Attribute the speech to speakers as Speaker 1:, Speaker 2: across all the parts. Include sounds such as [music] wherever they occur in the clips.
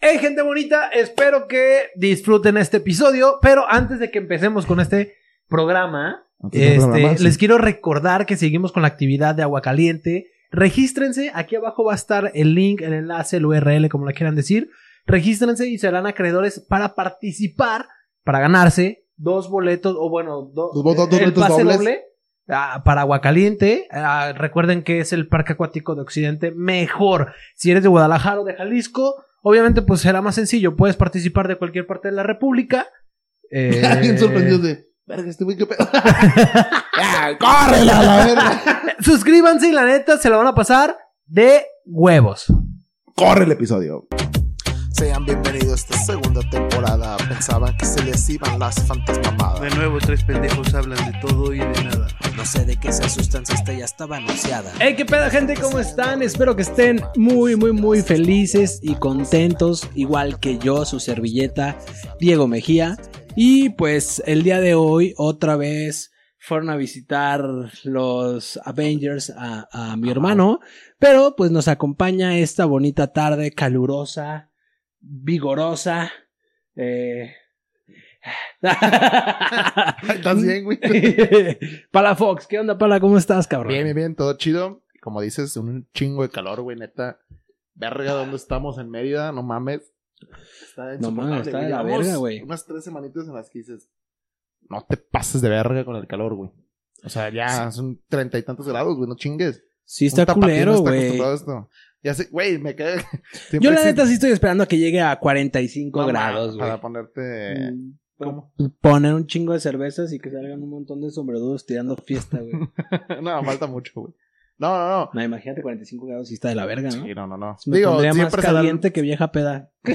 Speaker 1: Hey, gente bonita, espero que disfruten este episodio, pero antes de que empecemos con este programa,
Speaker 2: Antes del
Speaker 1: este,
Speaker 2: programa, sí.
Speaker 1: les
Speaker 3: ¿eh?
Speaker 1: quiero recordar que seguimos con la actividad de Agua Caliente. Regístrense, aquí abajo va a estar el link, el enlace, el URL, como lo quieran decir. Regístrense y serán acreedores para participar, para ganarse dos boletos, o bueno, do-
Speaker 2: Dos bo- dos
Speaker 1: el
Speaker 2: boletos
Speaker 1: pase
Speaker 2: dobles. [laughs]
Speaker 1: doble, ah, para Agua Caliente. Ah, recuerden que es el parque acuático de Occidente mejor. Si eres de Guadalajara o de Jalisco, obviamente pues será más sencillo. Puedes participar de cualquier parte de la República.
Speaker 2: [laughs]
Speaker 1: Eh,
Speaker 2: Alguien sorprendido de. Verga, este güey, qué pedo. [laughs] ya, córrela a la verga.
Speaker 1: Eh, [laughs] Suscríbanse y la neta se la van a pasar de huevos.
Speaker 2: Corre el episodio.
Speaker 4: Sean bienvenidos a esta segunda temporada. Pensaban que se les iban las
Speaker 5: De
Speaker 4: fantasmamadas.
Speaker 5: nuevo, tres pendejos hablan de todo y de nada.
Speaker 6: No sé de qué se asustan si esta ya estaba anunciada.
Speaker 3: Hey, qué pedo, gente, ¿cómo están? Espero que estén muy, muy, muy felices y contentos, igual que yo, su servilleta, Diego Mejía. Y pues el día de hoy, otra vez fueron a visitar los Avengers a, a mi hermano, pero pues nos acompaña esta bonita tarde calurosa, vigorosa. Eh... [laughs]
Speaker 4: ¿Estás bien, güey?
Speaker 3: Pala Fox, ¿qué onda, Pala? ¿Cómo estás, cabrón?
Speaker 4: [laughs] Bien, bien, bien, todo chido. Como dices, un chingo de calor, güey, neta. Verga, ¿dónde estamos? En Mérida, no mames. Está
Speaker 3: No mames,
Speaker 4: insoportable,
Speaker 3: está
Speaker 4: güey.
Speaker 3: de la
Speaker 4: Llevamos
Speaker 3: verga, güey.
Speaker 4: Unas tres semanitas en las que dices, no te pases de verga con el calor, güey. O sea, ya son treinta y tantos grados, güey, no chingues.
Speaker 3: Sí, está
Speaker 4: Un tapatío
Speaker 3: culero,
Speaker 4: no está
Speaker 3: güey.
Speaker 4: acostumbrado a esto. Ya sé, güey, me quedé. [laughs] Siempre
Speaker 3: Yo la
Speaker 4: existe-
Speaker 3: neta sí estoy esperando a que llegue a 45
Speaker 4: No mames,
Speaker 3: grados, güey.
Speaker 4: Para ponerte.
Speaker 3: Mm,
Speaker 4: ¿Cómo? [laughs]
Speaker 3: Poner un chingo de cervezas y que salgan un montón de sombrerudos tirando fiesta,
Speaker 4: [laughs]
Speaker 3: güey.
Speaker 4: no, falta mucho, güey. No, no, no.
Speaker 3: No, imagínate 45 grados y está de la verga, ¿no?
Speaker 4: Sí, no, no, no.
Speaker 3: Me pondría más
Speaker 4: se da-
Speaker 3: caliente que vieja peda. [laughs]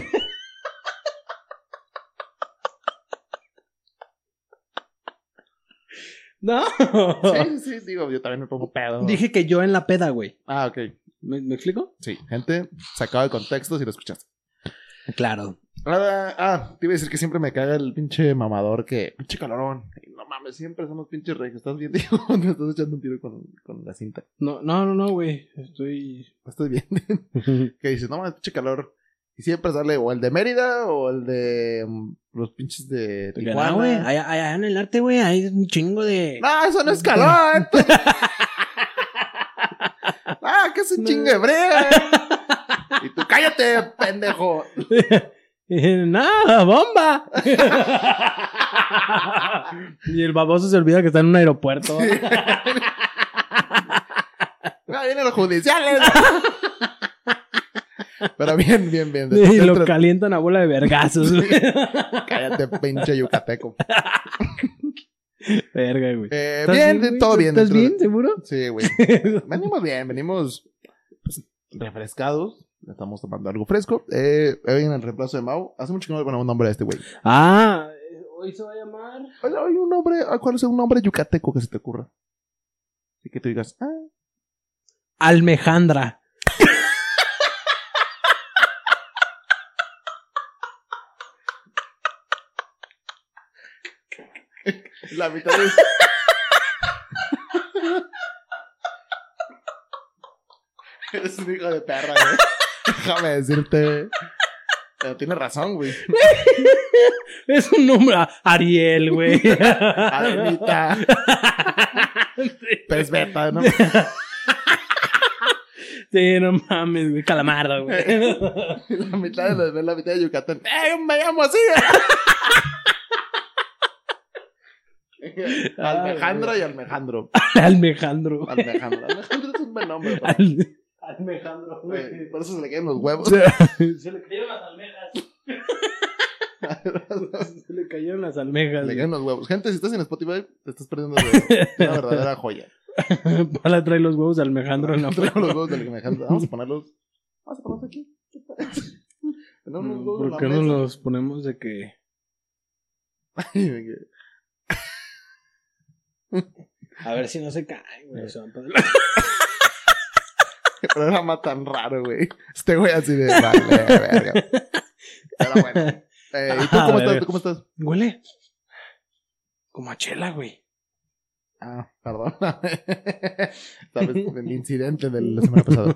Speaker 3: no.
Speaker 4: [laughs] Sí, sí, digo, yo también me pongo pedo.
Speaker 3: Dije que yo en la peda, güey.
Speaker 4: Ah, ok.
Speaker 3: ¿Me, me explico?
Speaker 4: Sí, gente, sacado de contexto si lo escuchaste.
Speaker 3: Claro.
Speaker 4: Ah, ah, te iba a decir que siempre me caga el pinche mamador que, pinche calorón. Y No mames, siempre son los pinches regios. ¿Estás bien, [laughs] digo? ¿Me estás echando un tiro con, con la cinta?
Speaker 3: No, no, no, no, güey. Estoy.
Speaker 4: ¿No ¿Estás bien? [laughs] que dices, no mames, pinche calor. Y siempre sale o el de Mérida o el de mm, los pinches de
Speaker 3: Ganado, Pues güey.
Speaker 4: Tijuana.
Speaker 3: Allá, allá en el arte, güey, hay un chingo de.
Speaker 4: No, eso no es calor. pues. [laughs] ah, que es un
Speaker 3: No.
Speaker 4: chingue brea. eh. Y tú cállate, pendejo.
Speaker 3: [laughs] ¡Nada, [laughs] bomba! y el baboso se olvida que está en un aeropuerto.
Speaker 4: Ah, vienen los judiciales. [laughs] Pero bien, bien, bien.
Speaker 3: [laughs] y lo
Speaker 4: Dentro-
Speaker 3: calientan a bola de vergazos. güey. [laughs]
Speaker 4: Cállate, pinche yucateco.
Speaker 3: Verga, güey.
Speaker 4: Eh,
Speaker 3: [laughs] ¿Estás
Speaker 4: bien,
Speaker 3: güey?
Speaker 4: todo bien.
Speaker 3: ¿Estás
Speaker 4: dentro de-
Speaker 3: bien, seguro? [laughs]
Speaker 4: Sí, güey. Venimos bien, venimos pues, refrescados. Estamos tomando algo fresco. Eh, hoy en el reemplazo de Mau. Hace mucho que no le ponemos un nombre a este güey.
Speaker 3: ah, hoy se va a llamar.
Speaker 4: Oye, oye, un nombre, ah, ¿cuál es un nombre yucateco que se te ocurra? Así que tú digas, ah,
Speaker 3: Almejandra.
Speaker 4: la mitad [laughs] de... Eres un hijo de perra, güey. [laughs] Déjame decirte, güey. Pero tienes razón, güey.
Speaker 3: Es un nombre. ah, Ariel, [laughs] güey.
Speaker 4: [laughs] Arenita, pez beta, ¿no?
Speaker 3: sí, no mames, güey. Calamardo, [laughs] güey.
Speaker 4: La mitad de los- la mitad de Yucatán. ¡Eh, me llamo [laughs] así! Alejandro y Alejandro.
Speaker 3: Almejandro.
Speaker 4: Alejandro. Alejandro [laughs] es un buen nombre. para-
Speaker 3: Al-
Speaker 4: Eh, Por eso se le caen los huevos.
Speaker 3: [laughs]
Speaker 4: [laughs]
Speaker 3: Se le cayeron las almejas. Se le cayeron las almejas.
Speaker 4: le
Speaker 3: güey.
Speaker 4: caen los huevos. Gente, si estás en Spotify, te estás perdiendo de
Speaker 3: [laughs]
Speaker 4: una verdadera joya. [laughs]
Speaker 3: Pala trae los huevos de Almejandro en [laughs] la
Speaker 4: Traigo
Speaker 3: mano.
Speaker 4: los huevos de Alejandro. Vamos a ponerlos. Vamos a ponerlos aquí. [laughs] Tenemos unos huevos en
Speaker 3: ¿Por
Speaker 4: la
Speaker 3: qué no
Speaker 4: mesa. [laughs]
Speaker 3: los ponemos de que.? A ver si no se caen, güey. se van para [laughs] el-
Speaker 4: Qué programa tan raro, güey. Este güey así
Speaker 3: [laughs]
Speaker 4: de vale, verga. Pero bueno. Eh, ¿Y tú
Speaker 3: Ah,
Speaker 4: cómo
Speaker 3: verga.
Speaker 4: estás? ¿Tú cómo estás?
Speaker 3: [laughs] Huele. Como a chela, güey.
Speaker 4: Ah, perdón. [laughs] Sabes, el incidente de la semana pasada.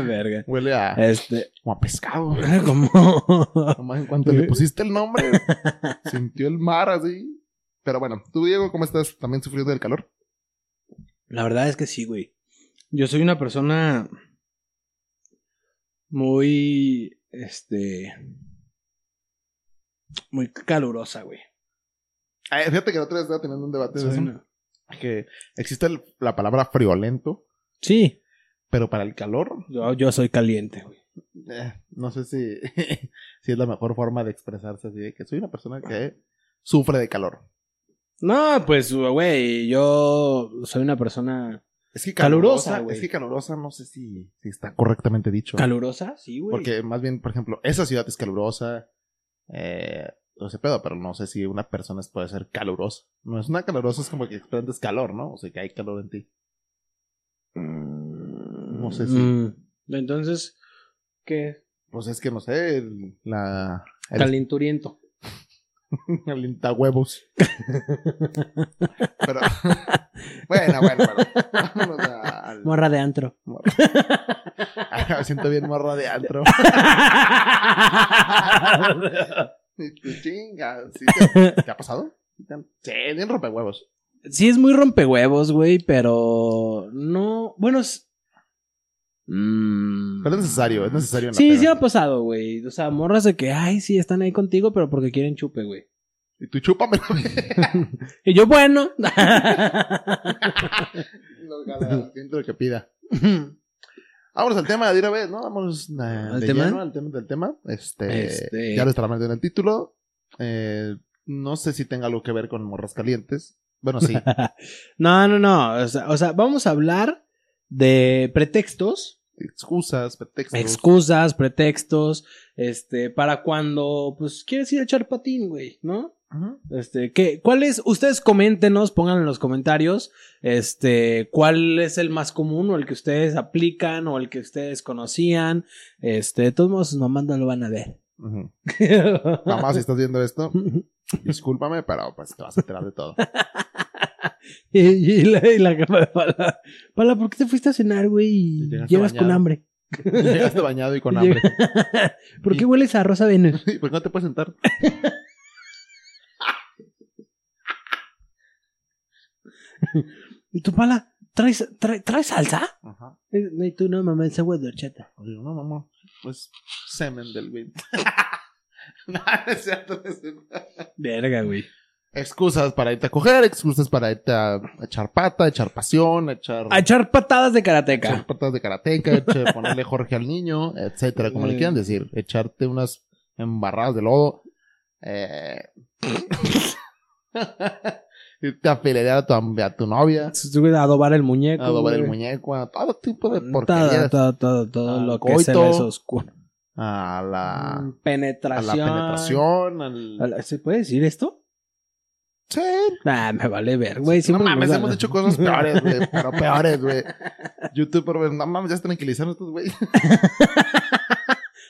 Speaker 3: Verga.
Speaker 4: Huele a,
Speaker 3: [laughs] Este,
Speaker 4: como a pescado.
Speaker 3: como...
Speaker 4: Nomás en cuanto le pusiste el nombre, sintió el mar así. Pero bueno, tú, Diego, ¿cómo estás? ¿También sufriendo del calor?
Speaker 3: [laughs] La verdad es que sí, güey. Yo soy una persona muy, este, muy calurosa, güey.
Speaker 4: Eh, fíjate que la otra vez estaba teniendo un debate de
Speaker 3: Soy
Speaker 4: eso.
Speaker 3: una-
Speaker 4: Que existe el- la palabra friolento,
Speaker 3: Sí,
Speaker 4: pero para el calor,
Speaker 3: yo, yo soy caliente, güey.
Speaker 4: eh, no sé si, [laughs] si es la mejor forma de expresarse así. De que soy una persona que sufre de calor.
Speaker 3: No, pues, güey, yo soy una persona
Speaker 4: Es que
Speaker 3: Calurosa,
Speaker 4: calurosa,
Speaker 3: güey.
Speaker 4: es que calurosa no sé si, si está correctamente dicho.
Speaker 3: calurosa, sí, güey.
Speaker 4: Porque más bien, por ejemplo, esa ciudad es calurosa. Eh, no sé pedo, pero no sé si una persona puede ser calurosa. No es una calurosa, es como que experimentas calor, ¿no? O sea, que hay calor en ti.
Speaker 3: no
Speaker 4: sé si-
Speaker 3: Mm. Entonces, ¿qué?
Speaker 4: Pues es que no sé, el- la. [laughs] El,
Speaker 3: Calenturiento.
Speaker 4: el intahuevos. pero. bueno, bueno, bueno. Vámonos a- al- Ah,
Speaker 3: Morra de antro.
Speaker 4: Me siento bien morro de antro. Y tú, Chinga, ¿sí te, te ha pasado? Sí, te han- Sí, bien rompehuevos.
Speaker 3: [laughs] Sí, es muy rompehuevos, güey, pero no. Bueno, es. Mm.
Speaker 4: Pero es necesario, es necesario. en la
Speaker 3: Sí,
Speaker 4: peda.
Speaker 3: sí ah, pues. me ha pasado, güey. O sea, morras de que, ay, sí, están ahí contigo, pero porque quieren chupe, güey.
Speaker 4: Y tú chúpame.
Speaker 3: Y yo, bueno. [laughs]
Speaker 4: Los [laughs] galas, siento lo que pida. Vámonos al tema de una vez, ¿no? Vamos
Speaker 3: ¿Al
Speaker 4: al
Speaker 3: tema?
Speaker 4: tema? al tema del tema. Este,
Speaker 3: Este.
Speaker 4: Ya lo estará metiendo en el título. Eh, no sé si tenga algo que ver con morras calientes.
Speaker 3: [laughs]
Speaker 4: Bueno, sí.
Speaker 3: no, no, no. O sea, o sea, vamos a hablar de pretextos.
Speaker 4: Excusas, pretextos.
Speaker 3: excusas, pretextos, este, para cuando, pues, quieres ir a echar patín, güey, ¿no?
Speaker 4: Ujú.
Speaker 3: Este, ¿qué, ¿cuál es? Ustedes coméntenos, pongan en los comentarios, este, cuál es el más común o el que ustedes aplican o el que ustedes conocían, este, de todos modos, sus mamás no lo van a ver.
Speaker 4: Ujú. Mamá, si estás viendo esto, discúlpame, pero pues te vas a enterar de
Speaker 3: [laughs]
Speaker 4: todo.
Speaker 3: [laughs] y, y la, y la cama de Pala, Pala, ¿por qué te fuiste a cenar, güey? y
Speaker 4: Y llegaste
Speaker 3: llevas con
Speaker 4: bañado.
Speaker 3: hambre.
Speaker 4: Llegaste bañado y con hambre. [laughs]
Speaker 3: [laughs] ¿Por
Speaker 4: Y-
Speaker 3: qué hueles a Rosa Venus?
Speaker 4: ¿Y ¿Por qué no te puedes sentar?
Speaker 3: [laughs] Y tú, Pala, ¿traes, trae- ¿traes salsa?
Speaker 4: Ajá.
Speaker 3: Eh, No, y tú no, mamá, es agua de horchata.
Speaker 4: Digo, no, mamá. Pues semen del [laughs] güey. no, no es cierto, no es cierto.
Speaker 3: Verga, güey.
Speaker 4: Excusas para irte a coger, excusas para irte a echar pata, echar pasión, echar,
Speaker 3: A echar patadas de
Speaker 4: echar
Speaker 3: karateca.
Speaker 4: patas de karateca, echar- ponerle Jorge al niño, etcétera, como le quieran decir. Echarte unas embarradas de lodo. eh, [laughs] irte a pelear a tu, am- a tu novia,
Speaker 3: Se sube A adobar el muñeco.
Speaker 4: a dobar el
Speaker 3: güey.
Speaker 4: muñeco, a todo tipo de
Speaker 3: Todo,
Speaker 4: porquerías.
Speaker 3: todo, todo, todo
Speaker 4: Al
Speaker 3: lo que se ve
Speaker 4: coito. Ah,
Speaker 3: oscuro.
Speaker 4: A la, a la
Speaker 3: Mm, Penetración.
Speaker 4: penetración, al...
Speaker 3: A la- ¿Se puede decir esto?
Speaker 4: Sí,
Speaker 3: Ah, me vale ver, güey.
Speaker 4: no
Speaker 3: siempre nos
Speaker 4: mames,
Speaker 3: da-
Speaker 4: hemos dicho cosas peores, güey,
Speaker 3: [laughs]
Speaker 4: pero peores, güey. YouTube, pero no mames, ya se tranquilizaron estos güey.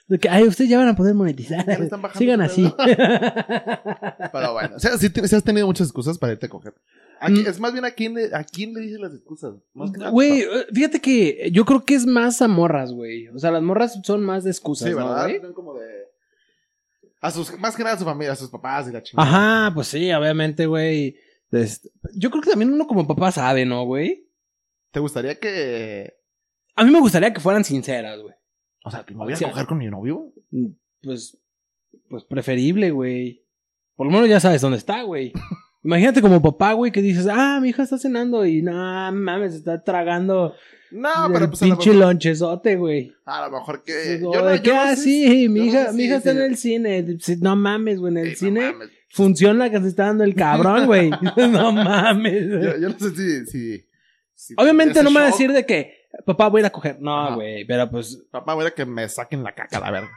Speaker 3: De que, ay, ustedes ya van a poder monetizar.
Speaker 4: Ya le están bajando
Speaker 3: Sigan
Speaker 4: el
Speaker 3: así. [laughs]
Speaker 4: Pero bueno, o sea, sí, tienes- sí has tenido muchas excusas para irte a coger. Aquí-
Speaker 3: Mm.
Speaker 4: Es más bien a quién le, a quién le dices las excusas. Más que nada,
Speaker 3: Güey, eh, fíjate que yo creo que es más a morras, güey. O sea, las morras son más de excusas,
Speaker 4: sí,
Speaker 3: ¿no,
Speaker 4: ¿verdad?
Speaker 3: güey?
Speaker 4: Son como de. A sus, más que nada a su familia, a sus papás y la chingada.
Speaker 3: Ajá, pues sí, obviamente, güey. Este, yo creo que también uno como papá sabe, ¿no, güey?
Speaker 4: ¿Te gustaría que.
Speaker 3: A mí me gustaría que fueran sinceras, güey.
Speaker 4: O sea, que me voy a
Speaker 3: Sí.
Speaker 4: coger con mi novio?
Speaker 3: Pues, pues preferible, güey. Por lo menos ya sabes dónde está,
Speaker 4: [laughs]
Speaker 3: güey. Imagínate como papá, güey, que dices, ah, mi hija está cenando y no mames, está tragando
Speaker 4: No,
Speaker 3: el
Speaker 4: pero pues a lo
Speaker 3: pinche
Speaker 4: mejor,
Speaker 3: lonchezote, güey.
Speaker 4: a lo mejor que.
Speaker 3: Pues,
Speaker 4: Yo
Speaker 3: o
Speaker 4: no,
Speaker 3: de que,
Speaker 4: yo no
Speaker 3: ah,
Speaker 4: sé
Speaker 3: sí,
Speaker 4: yo
Speaker 3: mi
Speaker 4: no
Speaker 3: hija,
Speaker 4: sé
Speaker 3: mi hija
Speaker 4: si-
Speaker 3: está en
Speaker 4: si-
Speaker 3: el cine. Sí, No mames, güey, en el
Speaker 4: Sí, no
Speaker 3: cine
Speaker 4: mames.
Speaker 3: funciona que se está dando el cabrón,
Speaker 4: [laughs]
Speaker 3: güey. [laughs] no mames. güey.
Speaker 4: Yo, yo no sé si. si, si
Speaker 3: Obviamente
Speaker 4: ese
Speaker 3: no me va a
Speaker 4: shock,
Speaker 3: decir de que, papá, voy a ir a coger. No,
Speaker 4: Ajá.
Speaker 3: güey, pero pues,
Speaker 4: Papá, voy a que me saquen la caca, la verga.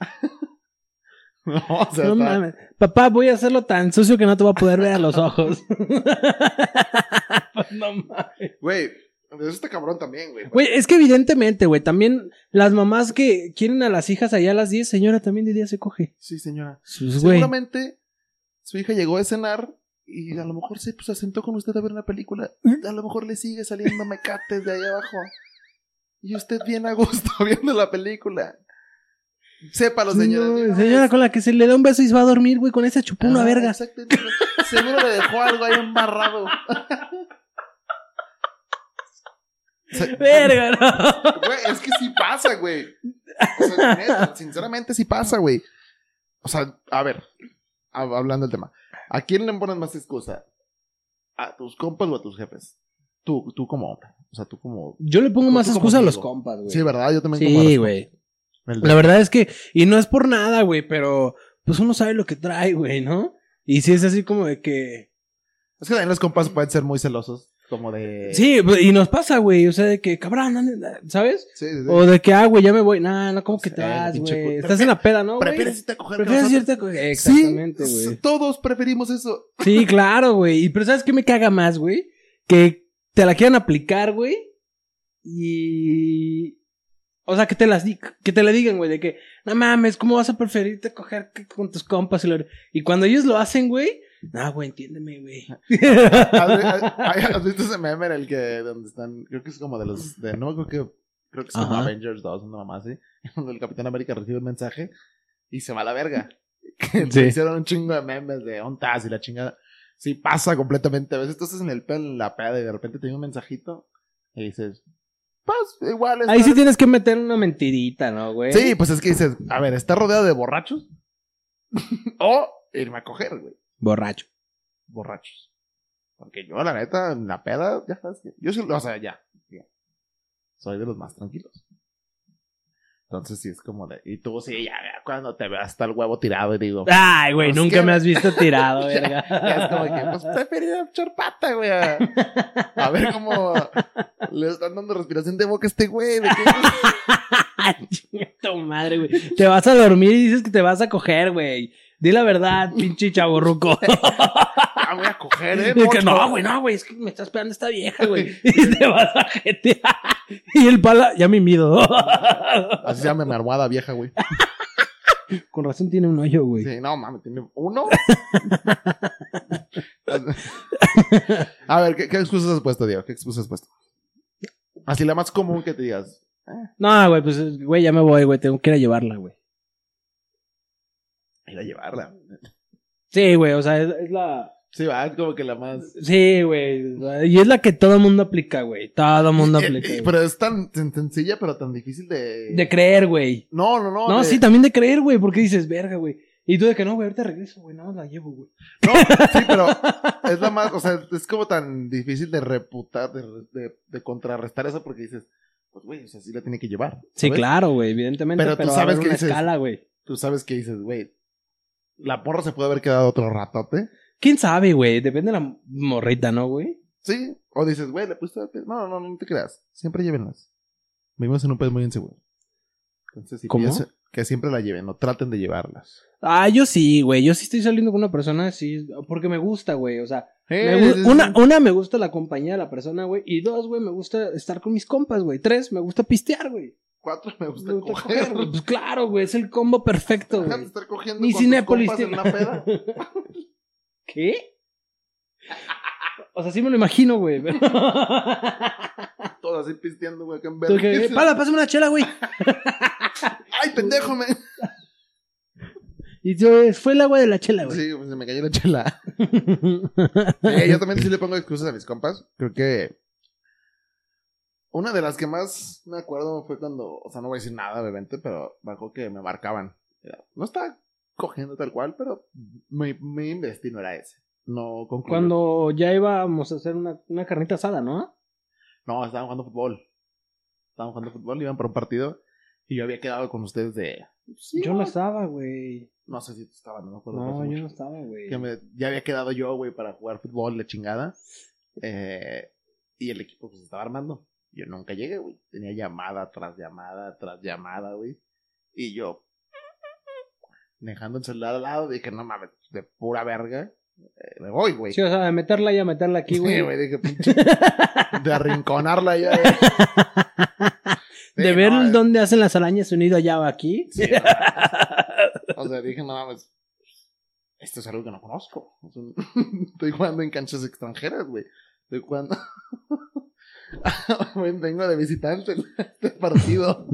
Speaker 4: [laughs] no, o sea,
Speaker 3: no
Speaker 4: está-
Speaker 3: mames. Papá, voy a hacerlo tan sucio que no te voy a poder ver a los
Speaker 4: [laughs]
Speaker 3: ojos. Pues, no mames.
Speaker 4: Güey, eso está cabrón también, güey.
Speaker 3: Güey, es que evidentemente, güey, también las mamás que quieren a las hijas allá a las 10, señora, también de día se coge.
Speaker 4: Sí, señora.
Speaker 3: Pues, güey.
Speaker 4: Seguramente su hija llegó a cenar Y a lo mejor se, pues, se sentó con usted a ver una película. A lo mejor le sigue saliendo mecates de ahí abajo. Y usted bien a gusto [laughs] viendo la película. Sépalo, señora.
Speaker 3: No, señora con la que se le da un beso y se va a dormir, güey, con esa chupó una
Speaker 4: Ah,
Speaker 3: verga.
Speaker 4: exactamente. Seguro le dejó algo ahí [laughs] embarrado.
Speaker 3: Verga, no.
Speaker 4: Güey, es que sí pasa, güey. O sea, neta, sinceramente sí pasa, güey. O sea, a ver, hab- hablando del tema. ¿A quién le pones más excusa? ¿A tus compas o a tus jefes? Tú, tú como hombre. O sea, tú como...
Speaker 3: Yo le pongo
Speaker 4: Tú
Speaker 3: más
Speaker 4: como
Speaker 3: excusa a los
Speaker 4: amigo.
Speaker 3: compas, güey.
Speaker 4: Sí, ¿verdad? Yo también como... a
Speaker 3: Sí,
Speaker 4: los-
Speaker 3: güey.
Speaker 4: el de-
Speaker 3: La verdad es que, y no es por nada, güey, pero pues uno sabe lo que trae, güey, ¿no? Y si es así como de que.
Speaker 4: Es que también los compas pueden ser muy celosos. Como de...
Speaker 3: Sí, pues, y nos pasa, güey, o sea, de que, cabrón, anda- ¿sabes?
Speaker 4: Sí, sí, sí.
Speaker 3: O de que, ah, güey, ya me voy. Nah, no, ¿cómo que
Speaker 4: Sí,
Speaker 3: te vas,
Speaker 4: pinche
Speaker 3: güey?
Speaker 4: cu-
Speaker 3: Estás en la peda, ¿no? güey?
Speaker 4: Prefieres irte a coger con
Speaker 3: Prefieres
Speaker 4: nosotros.
Speaker 3: irte con- Exactamente,
Speaker 4: Sí,
Speaker 3: güey.
Speaker 4: todos preferimos eso.
Speaker 3: Sí, claro, güey. Y, Pero ¿sabes qué me caga más, güey? Que te la quieran aplicar, güey. Y... O sea, que te las di- que te la digan, güey, de que, no mames, ¿cómo vas a preferirte coger que con tus compas? Y, lo- y cuando ellos lo hacen, güey, no, güey, entiéndeme, güey.
Speaker 4: ¿Has, has- [laughs] has visto ese meme en el que donde están, creo que es como de los de no creo que creo que es como
Speaker 3: Ajá.
Speaker 4: Avengers 2, una mamá así, [laughs] donde el Capitán América recibe un mensaje y se va a la verga. [laughs]
Speaker 3: Sí.
Speaker 4: Se hicieron un chingo de memes de ontas y la chingada. Sí, pasa completamente. A veces tú estás en el pelo en la peda y de repente te llega un mensajito y dices, pues igual
Speaker 3: [laughs]
Speaker 4: es
Speaker 3: Ahí sí tienes que meter una mentirita, ¿no, güey?
Speaker 4: Sí, pues es que dices, a ver, ¿está rodeado de borrachos? [laughs] o irme a coger, güey
Speaker 3: Borracho.
Speaker 4: borrachos. Porque yo, la neta, en la peda, ya sabes que. Yo sí, o sea, ya. ya. Soy de los más tranquilos. Entonces, sí es como de. Y tú, sí, ya, ya, cuando te veas hasta el huevo tirado
Speaker 3: [laughs]
Speaker 4: y digo.
Speaker 3: Ay, güey,
Speaker 4: Pues
Speaker 3: nunca
Speaker 4: que-
Speaker 3: me has visto tirado,
Speaker 4: [laughs] Ya,
Speaker 3: verga.
Speaker 4: ya es como que, pues preferiría echar pata, güey. A, a ver cómo le están dando respiración de boca a este güey. de que-
Speaker 3: Chinga tu madre, güey. Te vas a dormir y dices que te vas a coger, güey. Di la verdad, pinche chaborruco.
Speaker 4: Ah, voy a coger,
Speaker 3: [laughs]
Speaker 4: eh.
Speaker 3: Es que
Speaker 4: mocho.
Speaker 3: no, güey, no, güey, es que me está esperando esta vieja, güey. Y te vas a jetear. [laughs] Y el pala, ya me mido. [laughs]
Speaker 4: Así se llama mi almohada vieja, güey.
Speaker 3: Con razón tiene un hoyo, güey.
Speaker 4: Sí, no mames, tiene [laughs] uno. a ver, ¿qué, qué excusas has puesto, Diego? ¿Qué excusas has puesto? Así la más común que te digas.
Speaker 3: No, güey, pues, güey, ya me voy, güey. Tengo que ir a llevarla, güey.
Speaker 4: Ir a llevarla.
Speaker 3: Sí, güey, o sea, es, es la.
Speaker 4: Sí, va, es como que la más.
Speaker 3: Sí, güey. Y es la que todo mundo aplica, güey. Todo mundo
Speaker 4: Eh,
Speaker 3: aplica.
Speaker 4: eh,
Speaker 3: güey.
Speaker 4: pero es tan, tan sencilla, pero tan difícil de.
Speaker 3: De creer, güey.
Speaker 4: no, no, no.
Speaker 3: No,
Speaker 4: de-
Speaker 3: sí, también de creer, güey, porque dices, verga, güey. Y tú de que no, güey, ahorita regreso, güey, no, la llevo, güey.
Speaker 4: No, sí, pero es la más. O sea, es como tan difícil de reputar, de, de- de contrarrestar eso porque dices, pues güey, o sea, sí la tiene que llevar.
Speaker 3: Sí,
Speaker 4: ¿sabes?
Speaker 3: claro, güey, evidentemente. Pero,
Speaker 4: Pero
Speaker 3: va
Speaker 4: tú
Speaker 3: a
Speaker 4: sabes
Speaker 3: haber
Speaker 4: que
Speaker 3: una
Speaker 4: dices-
Speaker 3: escala, güey.
Speaker 4: Tú sabes que dices, güey, la porra se puede haber quedado otro ratote.
Speaker 3: ¿Quién sabe, güey? Depende de la morrita, ¿no, güey?
Speaker 4: Sí, o dices, güey, le puse. No, no, no, no te creas. Siempre llévenlas. Vivimos en un país muy inseguro. Entonces, si
Speaker 3: ¿Cómo?
Speaker 4: pienso que siempre la lleven, o traten de llevarlas.
Speaker 3: Ah, yo sí, güey. Yo sí estoy saliendo con una persona así, porque me gusta, güey. O sea, me
Speaker 4: Eh,
Speaker 3: gu-
Speaker 4: sí, sí,
Speaker 3: una,
Speaker 4: sí.
Speaker 3: una, me gusta la compañía de la persona, güey. Y dos, güey, me gusta estar con mis compas, güey. Tres, me gusta pistear, güey.
Speaker 4: Cuatro me gusta,
Speaker 3: Me gusta
Speaker 4: coger.
Speaker 3: coger, güey. Pues claro, güey, es el combo perfecto,
Speaker 4: Deja de
Speaker 3: güey.
Speaker 4: estar cogiendo
Speaker 3: Ni
Speaker 4: con tus
Speaker 3: Cinépolis
Speaker 4: compas en
Speaker 3: tiene-
Speaker 4: una peda.
Speaker 3: ¿Qué? O sea, sí me lo imagino,
Speaker 4: [laughs]
Speaker 3: güey. pero-
Speaker 4: Todo así pisteando, güey, acá en
Speaker 3: Tú que,
Speaker 4: verde.
Speaker 3: eh, Pala, pásame una chela, güey.
Speaker 4: ¡Ay, pendejo! Me...
Speaker 3: Y yo, eh, fue el agua de la chela, güey.
Speaker 4: Sí, pues, se me cayó la chela.
Speaker 3: [laughs]
Speaker 4: Eh, yo también sí le pongo excusas a mis compas. Creo que una de las que más me acuerdo fue cuando, o sea, no voy a decir nada, obviamente, pero bajo que me marcaban. Era- No estaba cogiendo tal cual, pero mi, mi destino era ese. No concluyó.
Speaker 3: Cuando ya íbamos a hacer una, una carnita asada, ¿no?
Speaker 4: No, estaban jugando fútbol. Estaban jugando fútbol, iban para un partido. Y yo había quedado con ustedes de. Sí,
Speaker 3: Yo no estaba, güey.
Speaker 4: No sé si tú estabas, no me acuerdo. fue
Speaker 3: No,
Speaker 4: hace
Speaker 3: yo
Speaker 4: mucho.
Speaker 3: no estaba, güey.
Speaker 4: que me- ya había quedado yo, güey, para jugar fútbol, la chingada. Eh, y el equipo pues estaba armando. Yo nunca llegué, güey. Tenía llamada tras llamada tras llamada, güey. Y yo, dejando el celular al lado, dije, no mames, de pura verga, eh, me voy, güey.
Speaker 3: Sí, o sea, de meterla allá, meterla aquí,
Speaker 4: Sí,
Speaker 3: güey.
Speaker 4: güey,
Speaker 3: [laughs]
Speaker 4: dije, pinche, de arrinconarla ya. güey.
Speaker 3: de
Speaker 4: Sí,
Speaker 3: ver
Speaker 4: no,
Speaker 3: dónde hacen
Speaker 4: [laughs]
Speaker 3: las arañas unido allá o aquí. [laughs]
Speaker 4: Sí, no mames. o sea, dije, no mames. esto es algo que no conozco. Es un- [laughs] Estoy jugando en canchas extranjeras, güey. Estoy jugando. [laughs] Güey, Vengo de visitante en este [laughs] partido.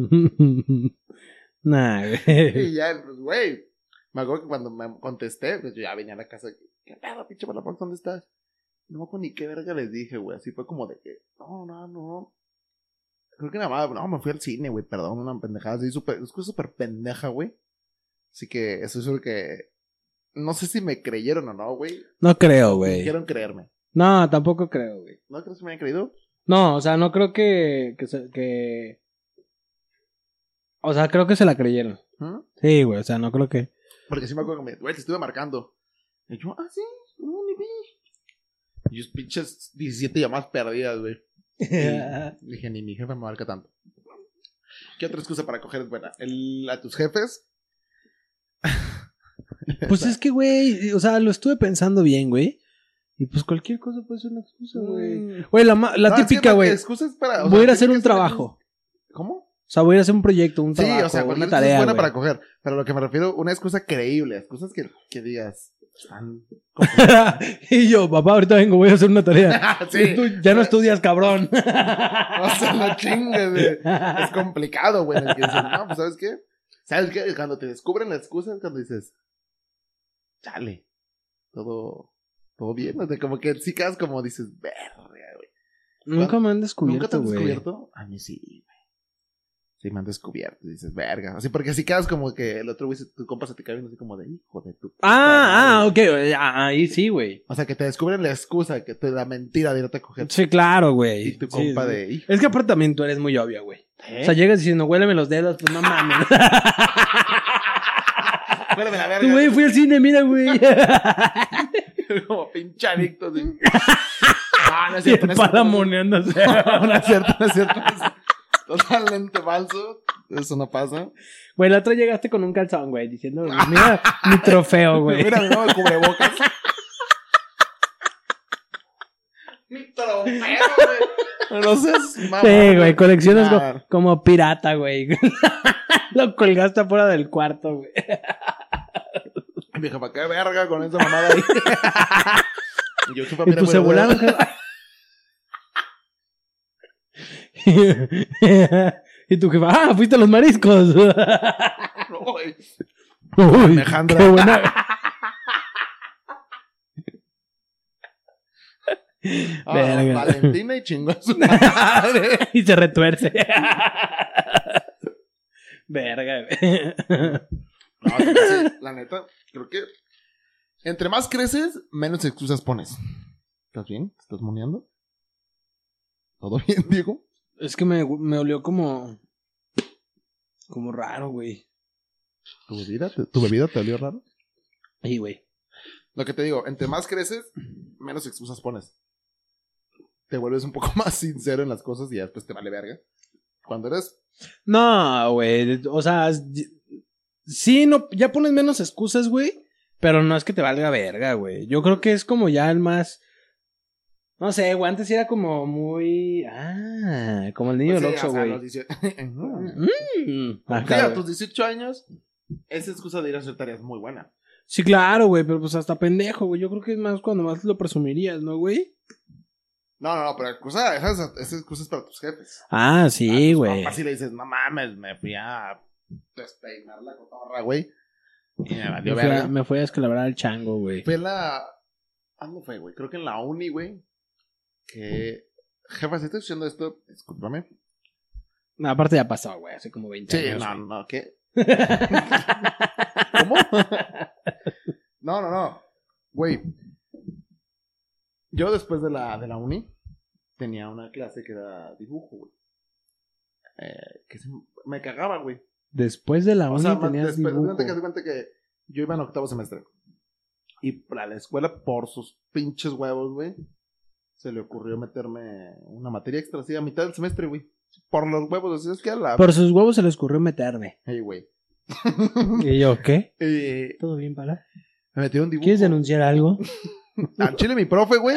Speaker 3: nah, [laughs] güey.
Speaker 4: Y ya, pues, güey. Me acuerdo que cuando me contesté, pues yo ya venía a la casa. ¿Qué pedo, pinche Palafox? ¿Dónde estás? No me acuerdo ni qué verga les dije, güey. Así fue como de que, no, no, no. Creo que nada más, no, me fui al cine, güey. Perdón, una pendejada así, súper, es cosa súper pendeja, güey. Así que eso es lo que. No sé si me creyeron o no, güey.
Speaker 3: No creo, güey.
Speaker 4: Quieren creerme.
Speaker 3: No, tampoco creo, güey.
Speaker 4: ¿No crees que me hayan creído?
Speaker 3: No, o sea, no creo que, que, se- que- O sea, creo que se la creyeron.
Speaker 4: ¿Mm?
Speaker 3: Sí, güey, o sea, no creo que...
Speaker 4: [laughs] Porque sí me acuerdo que me, güey, te estuve marcando. Y yo, ah, sí, no, ni vi. Y yo, pinches 17 llamadas perdidas, güey.
Speaker 3: [laughs]
Speaker 4: Y dije, ni mi jefe me marca tanto. ¿Qué otra excusa para coger es buena? El- a tus jefes.
Speaker 3: Pues es que, güey, o sea, lo estuve pensando bien, güey. Y pues cualquier cosa puede ser una excusa, güey.
Speaker 4: Mm.
Speaker 3: Güey, la, ma- la
Speaker 4: No, es que
Speaker 3: típica,
Speaker 4: no,
Speaker 3: güey.
Speaker 4: Excusas para. o
Speaker 3: Voy a ir a
Speaker 4: tiene
Speaker 3: hacer
Speaker 4: que
Speaker 3: un
Speaker 4: ser una
Speaker 3: trabajo.
Speaker 4: excusa- ¿Cómo?
Speaker 3: O sea, voy a ir a hacer un proyecto, un
Speaker 4: Sí,
Speaker 3: trabajo,
Speaker 4: o sea,
Speaker 3: una
Speaker 4: cualquier excusa
Speaker 3: tarea,
Speaker 4: es buena
Speaker 3: güey.
Speaker 4: para coger. Pero a lo que me refiero, una excusa creíble. Excusas que, que digas. "Están
Speaker 3: [laughs] y yo, papá, ahorita vengo, voy a hacer una tarea.
Speaker 4: [laughs] sí.
Speaker 3: Tú ya no estudias,
Speaker 4: [laughs]
Speaker 3: cabrón.
Speaker 4: O sea, no chingues, güey. Es complicado, güey. en el que dicen, no, pues, ¿sabes qué? ¿Sabes qué? Cuando te descubren las excusas, cuando dices, chale, todo, todo bien. O sea, como que sí quedas como dices, verga, güey.
Speaker 3: Nunca me han descubierto,
Speaker 4: ¿Nunca te han
Speaker 3: güey.
Speaker 4: descubierto? A mí sí, güey. Sí, me han descubierto. Y dices, verga. Así, porque así quedas como que el otro güey, se- tu compa se te cae viendo así como de hijo de tu. puta
Speaker 3: Ah, ah,
Speaker 4: madre".
Speaker 3: ok. ah, Ahí sí, güey.
Speaker 4: O sea, que te descubren la excusa, que te da mentira de irte a coger.
Speaker 3: Sí, claro, güey.
Speaker 4: Y tu
Speaker 3: Sí,
Speaker 4: compa
Speaker 3: sí.
Speaker 4: de hijo.
Speaker 3: Es que aparte también tú eres muy obvia, güey.
Speaker 4: ¿eh?
Speaker 3: O sea, llegas diciendo, huéleme los dedos, pues no
Speaker 4: [laughs]
Speaker 3: mames. [laughs]
Speaker 4: Acuérdame la verga. [laughs]
Speaker 3: Tú, güey, fui al cine, mira, güey.
Speaker 4: como pinche
Speaker 3: [laughs]
Speaker 4: adicto. así. Ah, no es cierto. No es cierto, no es
Speaker 3: Palamoneándose.
Speaker 4: cierto, no es cierto. no es cierto, [laughs] no es cierto. Totalmente falso. Eso no pasa.
Speaker 3: Güey, la otra llegaste con un calzón, güey, diciendo,
Speaker 4: [laughs]
Speaker 3: mira mi trofeo, güey.
Speaker 4: Mira, mi nuevo cubrebocas. Mi trofeo, güey. No seas mamá.
Speaker 3: Sí, güey, colecciones co-
Speaker 4: Nah.
Speaker 3: como pirata, güey. [laughs] Lo colgaste afuera del cuarto, güey.
Speaker 4: Mi jefa, qué verga con esa
Speaker 3: [laughs]
Speaker 4: mamada ahí. Y yo, jefa,
Speaker 3: Y
Speaker 4: mira,
Speaker 3: tu
Speaker 4: güey,
Speaker 3: celular.
Speaker 4: güey.
Speaker 3: [laughs] y tu jefa, ah, fuiste a los mariscos.
Speaker 4: [laughs]
Speaker 3: [laughs]
Speaker 4: No, güey.
Speaker 3: Uy,
Speaker 4: Alejandra.
Speaker 3: qué buena.
Speaker 4: [laughs] Ah,
Speaker 3: Verga.
Speaker 4: Valentina y
Speaker 3: [laughs]
Speaker 4: chingó a su madre.
Speaker 3: y se
Speaker 4: [laughs]
Speaker 3: retuerce. Verga, güey.
Speaker 4: No, sí, sí, la neta, creo que entre más creces, menos excusas pones. ¿Estás bien? ¿Te estás moneando? ¿Todo bien, Diego?
Speaker 3: Es que me, me olió como. Como raro, güey.
Speaker 4: ¿Tu bebida, te, ¿Tu bebida te olió raro?
Speaker 3: Sí, güey.
Speaker 4: Lo que te digo, entre más creces, menos excusas pones. Te vuelves un poco [laughs] más sincero en las cosas y ya después te vale verga. Cuando eres...
Speaker 3: No, güey. O sea, es- sí, no, ya pones menos excusas, güey. Pero no es que te valga verga, güey. Yo creo que es como ya el más. No sé, güey. Antes era como muy. Ah, como el niño
Speaker 4: Pues Sí,
Speaker 3: del Oxxo,
Speaker 4: o sea, a
Speaker 3: güey.
Speaker 4: los [laughs] 18 Sí,
Speaker 3: Mm, acá,
Speaker 4: a
Speaker 3: güey.
Speaker 4: tus 18 años, esa excusa de ir a hacer tareas es muy buena.
Speaker 3: Sí, claro, güey. Pero pues hasta pendejo, güey. Yo creo que es más cuando más lo presumirías, ¿no, güey?
Speaker 4: No, no, no, pero excusa, esas, esas excusas para tus jefes.
Speaker 3: Ah, sí,
Speaker 4: Así le dices, pues, no mames, me fui a despeinar la cotorra, güey. Y me
Speaker 3: Me
Speaker 4: valió
Speaker 3: fui, a,
Speaker 4: verga.
Speaker 3: me fui a descalabrar al chango, güey.
Speaker 4: Fue en la. ¿A dónde fue, güey? Creo que en la uni, güey. Que. Jefa, si estoy escuchando esto, discúlpame.
Speaker 3: No, aparte ya pasó, güey, hace como 20
Speaker 4: Sí,
Speaker 3: años.
Speaker 4: no, no, ¿qué? [laughs] ¿Cómo? no, no, no. Güey. Yo después de la, de la uni tenía una clase que era dibujo, güey. Eh, que se- me cagaba, güey.
Speaker 3: Después de la
Speaker 4: O
Speaker 3: uni
Speaker 4: sea, más
Speaker 3: tenías
Speaker 4: después,
Speaker 3: dibujo.
Speaker 4: cuenta que, haz de cuenta que yo iba en octavo semestre. Y para la escuela, por sus pinches huevos, güey, se le ocurrió meterme una materia extra así a mitad del semestre, güey. Por los huevos, así es que a la...
Speaker 3: Por sus huevos se les ocurrió meterme.
Speaker 4: Ey, güey.
Speaker 3: ¿Y yo qué?
Speaker 4: Eh,
Speaker 3: ¿Todo bien, para?
Speaker 4: me metieron dibujo.
Speaker 3: ¿Quieres denunciar
Speaker 4: [laughs]
Speaker 3: algo?
Speaker 4: Al chile mi profe,
Speaker 3: [laughs]
Speaker 4: güey.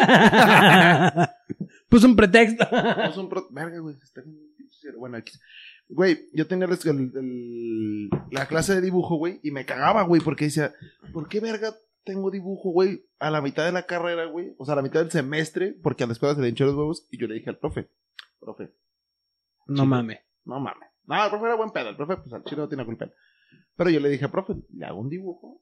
Speaker 3: Puso un pretexto.
Speaker 4: Puso un pro- Verga, güey. está bien pinche cero. Bueno, aquí... Güey, yo tenía el- el- el- la clase de dibujo, güey, y me cagaba, güey, porque decía, ¿por qué verga tengo dibujo, güey, a la mitad de la carrera, güey, o sea, a la mitad del semestre, porque a la escuela se le hinchó los huevos, y yo le dije al profe, profe,
Speaker 3: No mames.
Speaker 4: no mames. No, el profe era buen pedo, el profe, pues al chino no tiene culpa. Pero yo le dije, profe, le hago un dibujo.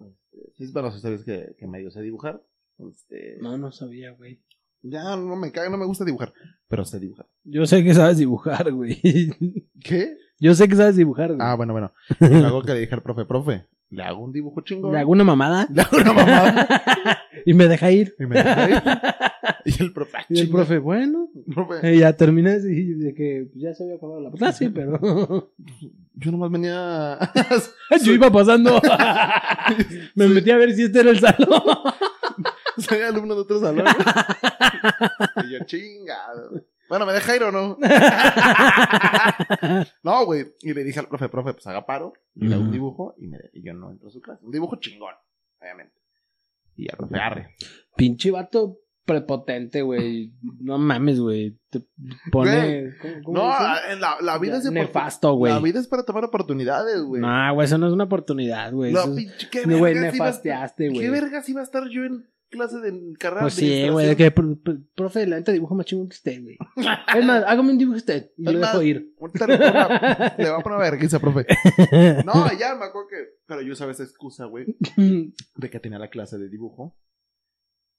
Speaker 4: Este, Sí, bueno, sabes que, que medio sé dibujar. Este,
Speaker 3: No, no sabía, güey.
Speaker 4: Ya no me caga, no me gusta dibujar, pero sé dibujar.
Speaker 3: Yo sé que sabes dibujar, güey. [laughs]
Speaker 4: ¿Qué?
Speaker 3: Yo sé que sabes dibujar, güey.
Speaker 4: Ah,
Speaker 3: [laughs]
Speaker 4: bueno, bueno. Le hago que le dije al profe, profe, le hago un dibujo chingón.
Speaker 3: ¿De alguna mamada?
Speaker 4: Le hago [laughs] una mamada.
Speaker 3: [laughs] y me deja ir.
Speaker 4: Y me
Speaker 3: [laughs]
Speaker 4: dejé ir. Y el profe, ah,
Speaker 3: Y el
Speaker 4: chinga,
Speaker 3: profe, bueno,
Speaker 4: profe,
Speaker 3: eh, ya terminé y de que pues, ya se había acabado la clase, pero [laughs]
Speaker 4: yo nomás venía.
Speaker 3: yo iba [laughs] pasando. me metí a ver si este era el salón.
Speaker 4: [laughs] Soy alumno de otro salón.
Speaker 3: [laughs]
Speaker 4: y yo, chingado. Bueno, ¿me deja ir o no? no, güey. Y le dije al profe, profe, pues haga paro. Y le hago un
Speaker 3: Ujú.
Speaker 4: dibujo y, me, y yo no entro a su clase. Un dibujo chingón, obviamente. Y al profe, arre.
Speaker 3: [laughs] Pinche vato prepotente, güey. No mames, güey. Te pone. ¿cómo- cómo
Speaker 4: No,
Speaker 3: dicen?
Speaker 4: la, la vida es de
Speaker 3: nefasto,
Speaker 4: oportun- La
Speaker 3: güey.
Speaker 4: vida es para tomar oportunidades, güey.
Speaker 3: No, güey, eso no es una oportunidad, güey.
Speaker 4: No,
Speaker 3: Eso es-
Speaker 4: pinche, qué
Speaker 3: No, güey,
Speaker 4: vergas iba a estar-
Speaker 3: nefasteaste,
Speaker 4: ¿Qué
Speaker 3: güey.
Speaker 4: vergas iba a estar yo en clase de carrera
Speaker 3: Pues
Speaker 4: de
Speaker 3: sí, güey, de
Speaker 4: ilustración?
Speaker 3: que pr- pr- profe, la neta dibujo más chingón que usted,
Speaker 4: [laughs]
Speaker 3: güey. Es más, hágame un dibujo usted y
Speaker 4: Es
Speaker 3: lo dejo
Speaker 4: más,
Speaker 3: ir.
Speaker 4: Ahorita le, voy a
Speaker 3: [laughs]
Speaker 4: poner- le voy a poner una vergüenza, profe. No, ya me acuerdo que. Pero yo usaba esa excusa, güey, de que tenía la clase de dibujo.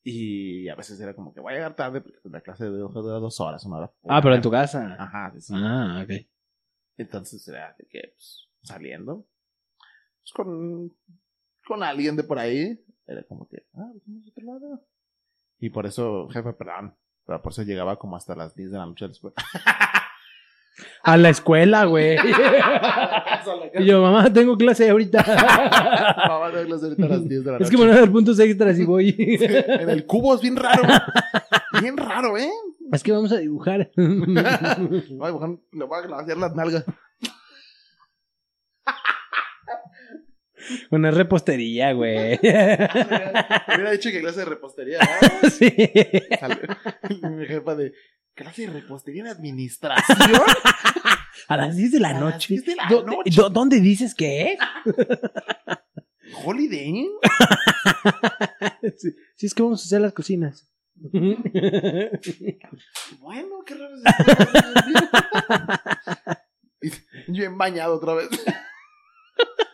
Speaker 4: Y a veces era como que voy a llegar tarde porque la clase de dibujo dura dos horas, una hora.
Speaker 3: ah, pero en tu casa.
Speaker 4: Ajá, sí, sí.
Speaker 3: Ah, ok.
Speaker 4: Entonces era de que, pues, saliendo. Pues con. Con alguien de por ahí. Era como que, ah, vamos a otro lado. Y por eso, jefe, perdón. Pero por eso llegaba como hasta las 10 de la noche después.
Speaker 3: A la escuela,
Speaker 4: [laughs]
Speaker 3: güey. Y yo, mamá, tengo clase ahorita.
Speaker 4: Mamá, tengo clase ahorita a las 10 de la noche.
Speaker 3: es que me van a dar puntos extras y voy. [laughs]
Speaker 4: en el cubo es bien raro. güey. Bien raro, ¿eh?
Speaker 3: es que vamos a dibujar. [laughs]
Speaker 4: Voy a dibujar, le voy a glasear las nalgas.
Speaker 3: Una repostería, güey. [laughs]
Speaker 4: Hubiera dicho que clase de repostería. ¿no?
Speaker 3: sí.
Speaker 4: Sale- Mi jefa de clase de repostería en administración.
Speaker 3: A las 10 de la
Speaker 4: A las
Speaker 3: noche.
Speaker 4: 10 de la
Speaker 3: ¿Dó-
Speaker 4: noche.
Speaker 3: dó- ¿Dónde dices que
Speaker 4: Holiday Inn.
Speaker 3: es? sí, sí, es que vamos a hacer las
Speaker 4: [laughs]
Speaker 3: cocinas.
Speaker 4: Bueno, qué raro es esto. Y Yo he bañado otra vez.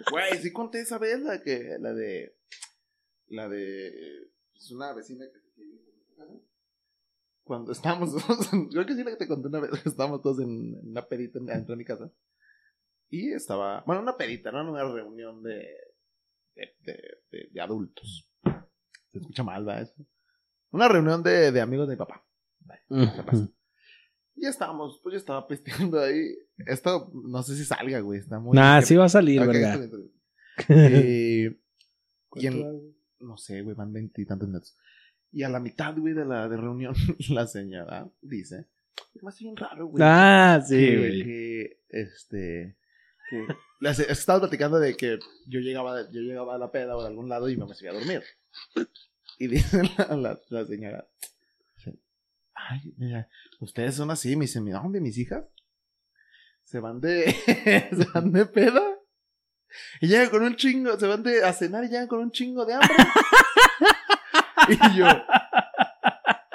Speaker 4: Güey, sí conté esa vez la que, la de, la de, es una vecina que cuando estábamos, creo que sí la que te conté una vez, [laughs] estábamos todos en una pedita en- dentro de mi casa. Y estaba, bueno, una pedita, no una reunión de, de, de- de- de adultos. Se escucha mal, ¿verdad? Eso. Una reunión de, de amigos de mi papá. Ya estábamos, pues yo estaba pisteando ahí. Esto no sé si salga, güey. Está muy.
Speaker 3: nah, sí va a salir,
Speaker 4: Ok,
Speaker 3: verga. [laughs]
Speaker 4: está bien, está bien. Eh, y en- no sé, güey, van 20 y tantos minutos. Y a la mitad, güey, de la de reunión, [laughs] la señora dice: Es más bien raro, güey.
Speaker 3: Ah, sí,
Speaker 4: que-
Speaker 3: güey.
Speaker 4: que, este. Que, la se- estaba platicando de que yo llegaba, yo llegaba a la peda o de algún lado y me subía a dormir. Y dice [laughs] la, la- la señora: Ay, mira, ustedes son así. Me dice: Mira, hombre, mis hijas se van de. [laughs] se van de peda. Y llegan con un chingo, se van de a cenar y llegan con un chingo de
Speaker 3: [laughs]
Speaker 4: hambre. y yo,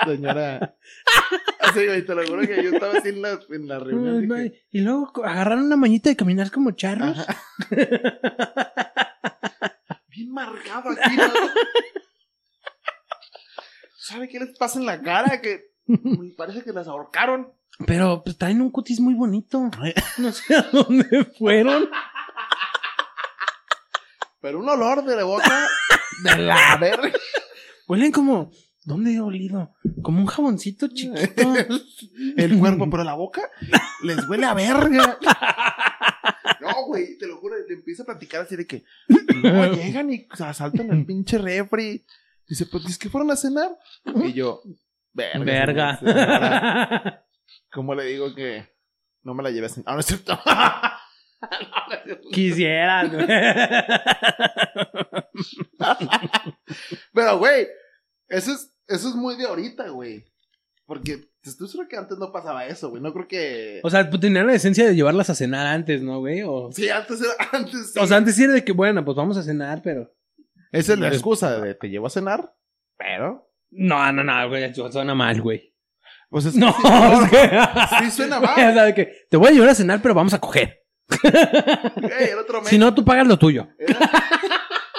Speaker 4: señora. Así, güey, te lo juro que yo estaba así en la, en la
Speaker 3: Ay,
Speaker 4: reunión. dije,
Speaker 3: güey. Y luego co- agarraron una mañita de caminar como charros.
Speaker 4: Ajá. Bien marcado aquí, ¿no? ¿Sabe qué les pasa en la cara? Que me parece que las ahorcaron.
Speaker 3: Pero pues traen un cutis muy bonito.
Speaker 6: Eh.
Speaker 3: No sé a dónde fueron.
Speaker 4: Pero un olor de la boca de la verga.
Speaker 3: Huelen como. ¿Dónde he olido? Como un jaboncito
Speaker 6: [laughs]
Speaker 3: chiquito.
Speaker 4: El cuerpo, pero la boca les huele a verga. No, güey, te lo juro, le empieza a platicar así de [laughs] que no llegan y asaltan el pinche refri. Dice, pues es que fueron a cenar. Y yo, verga. señora".
Speaker 3: [laughs] Verga.
Speaker 4: ¿Cómo le digo que no me la lleves? Ah, no es cierto. [laughs] No, no es cierto.
Speaker 3: Quisieras, güey.
Speaker 4: Pero, güey, eso es, eso es muy de ahorita, güey. Porque te estoy seguro que antes no pasaba eso, güey. No creo que.
Speaker 3: O sea, pues tenían la esencia de llevarlas a cenar antes, ¿no, güey? O,
Speaker 4: sí, antes era. Antes sí.
Speaker 3: o sea, antes sí era de que, bueno, pues vamos a cenar, pero.
Speaker 6: Esa es la excusa de te llevo a cenar, pero.
Speaker 3: No, no, no, güey, eso suena mal, güey. [laughs]
Speaker 6: Pues es
Speaker 3: No, es que... [laughs]
Speaker 6: Sí, suena
Speaker 3: Güey,
Speaker 6: mal.
Speaker 3: o sea, de que te voy a llevar a cenar, pero vamos a coger.
Speaker 4: Güey, el
Speaker 3: [laughs]
Speaker 4: otro
Speaker 3: Si
Speaker 4: México.
Speaker 3: no, tú pagas lo tuyo.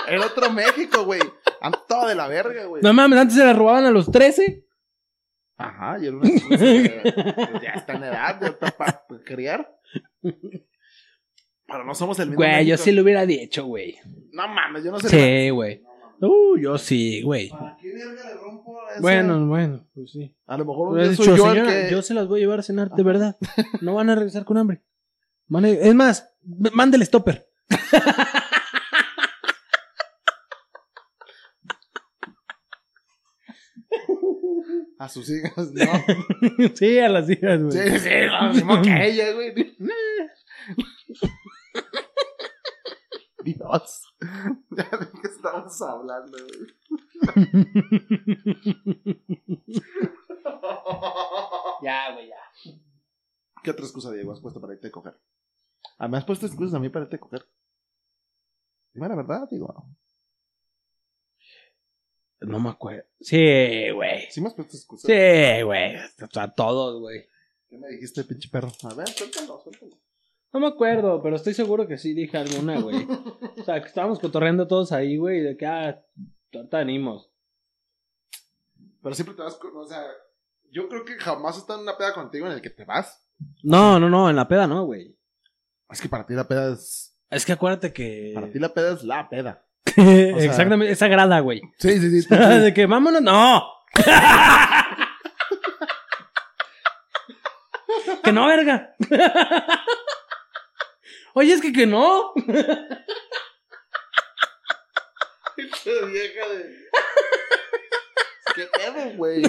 Speaker 4: El otro México, güey. Ando todo de la verga, güey.
Speaker 3: No mames, antes se la robaban a los 13.
Speaker 4: Ajá, y era una excusa de- pues ya está en edad, ya está para criar. Pero no somos el mismo.
Speaker 3: Güey, yo
Speaker 4: México.
Speaker 3: sí lo hubiera dicho, güey.
Speaker 4: No mames, yo no
Speaker 3: [laughs]
Speaker 4: sé.
Speaker 3: Sí, güey. Uh, yo sí, güey.
Speaker 4: ¿Para qué verga le rompo a ese?
Speaker 3: Bueno, bueno, pues sí.
Speaker 4: a lo mejor un
Speaker 3: Hubieras
Speaker 4: día soy
Speaker 3: dicho,
Speaker 4: yo
Speaker 3: "Señora,
Speaker 4: el que.
Speaker 3: yo se las voy a llevar a cenar, de
Speaker 4: [laughs]
Speaker 3: verdad. No van a regresar con hambre. Van a- Es más, m- mándele stopper.
Speaker 4: A sus hijas, no.
Speaker 3: [laughs] sí, a las hijas, güey.
Speaker 4: Sí, [laughs] sí,
Speaker 3: [laughs]
Speaker 4: no, mismo que a ella, güey. Dios. [laughs] Ya de qué estamos hablando, güey.
Speaker 3: Ya, güey, ya.
Speaker 4: ¿Qué otra excusa, Diego, has puesto para irte a coger? Ah, ¿me has puesto excusas a mí para irte a coger? Dime la verdad, digo.
Speaker 3: No me acuerdo. Sí, güey.
Speaker 4: ¿Sí me has puesto excusas?
Speaker 3: Sí, güey. A todos, güey.
Speaker 4: ¿Qué me dijiste, pinche perro? A ver, suéltalo, suéltalo.
Speaker 3: No me acuerdo, pero estoy seguro que sí dije alguna, güey. O sea, que estábamos cotorreando todos ahí, güey, de que, ah, ahorita venimos.
Speaker 4: Pero siempre te vas con, o sea, yo creo que jamás está en una peda contigo en el que te vas.
Speaker 3: No, no, no, en la peda no, güey.
Speaker 4: Es que para ti la peda es,
Speaker 3: Es que acuérdate que...
Speaker 4: para
Speaker 3: [laughs]
Speaker 4: ti la peda es la peda. sea-
Speaker 3: Exactamente, esa grada,
Speaker 4: [laughs]
Speaker 3: güey.
Speaker 4: Sí, sí, sí.
Speaker 3: de que vámonos, no. [laughs] que no, verga. [laughs] Oye, es que que no.
Speaker 4: Pinche vieja de. ¿Qué pedo, [laughs] güey?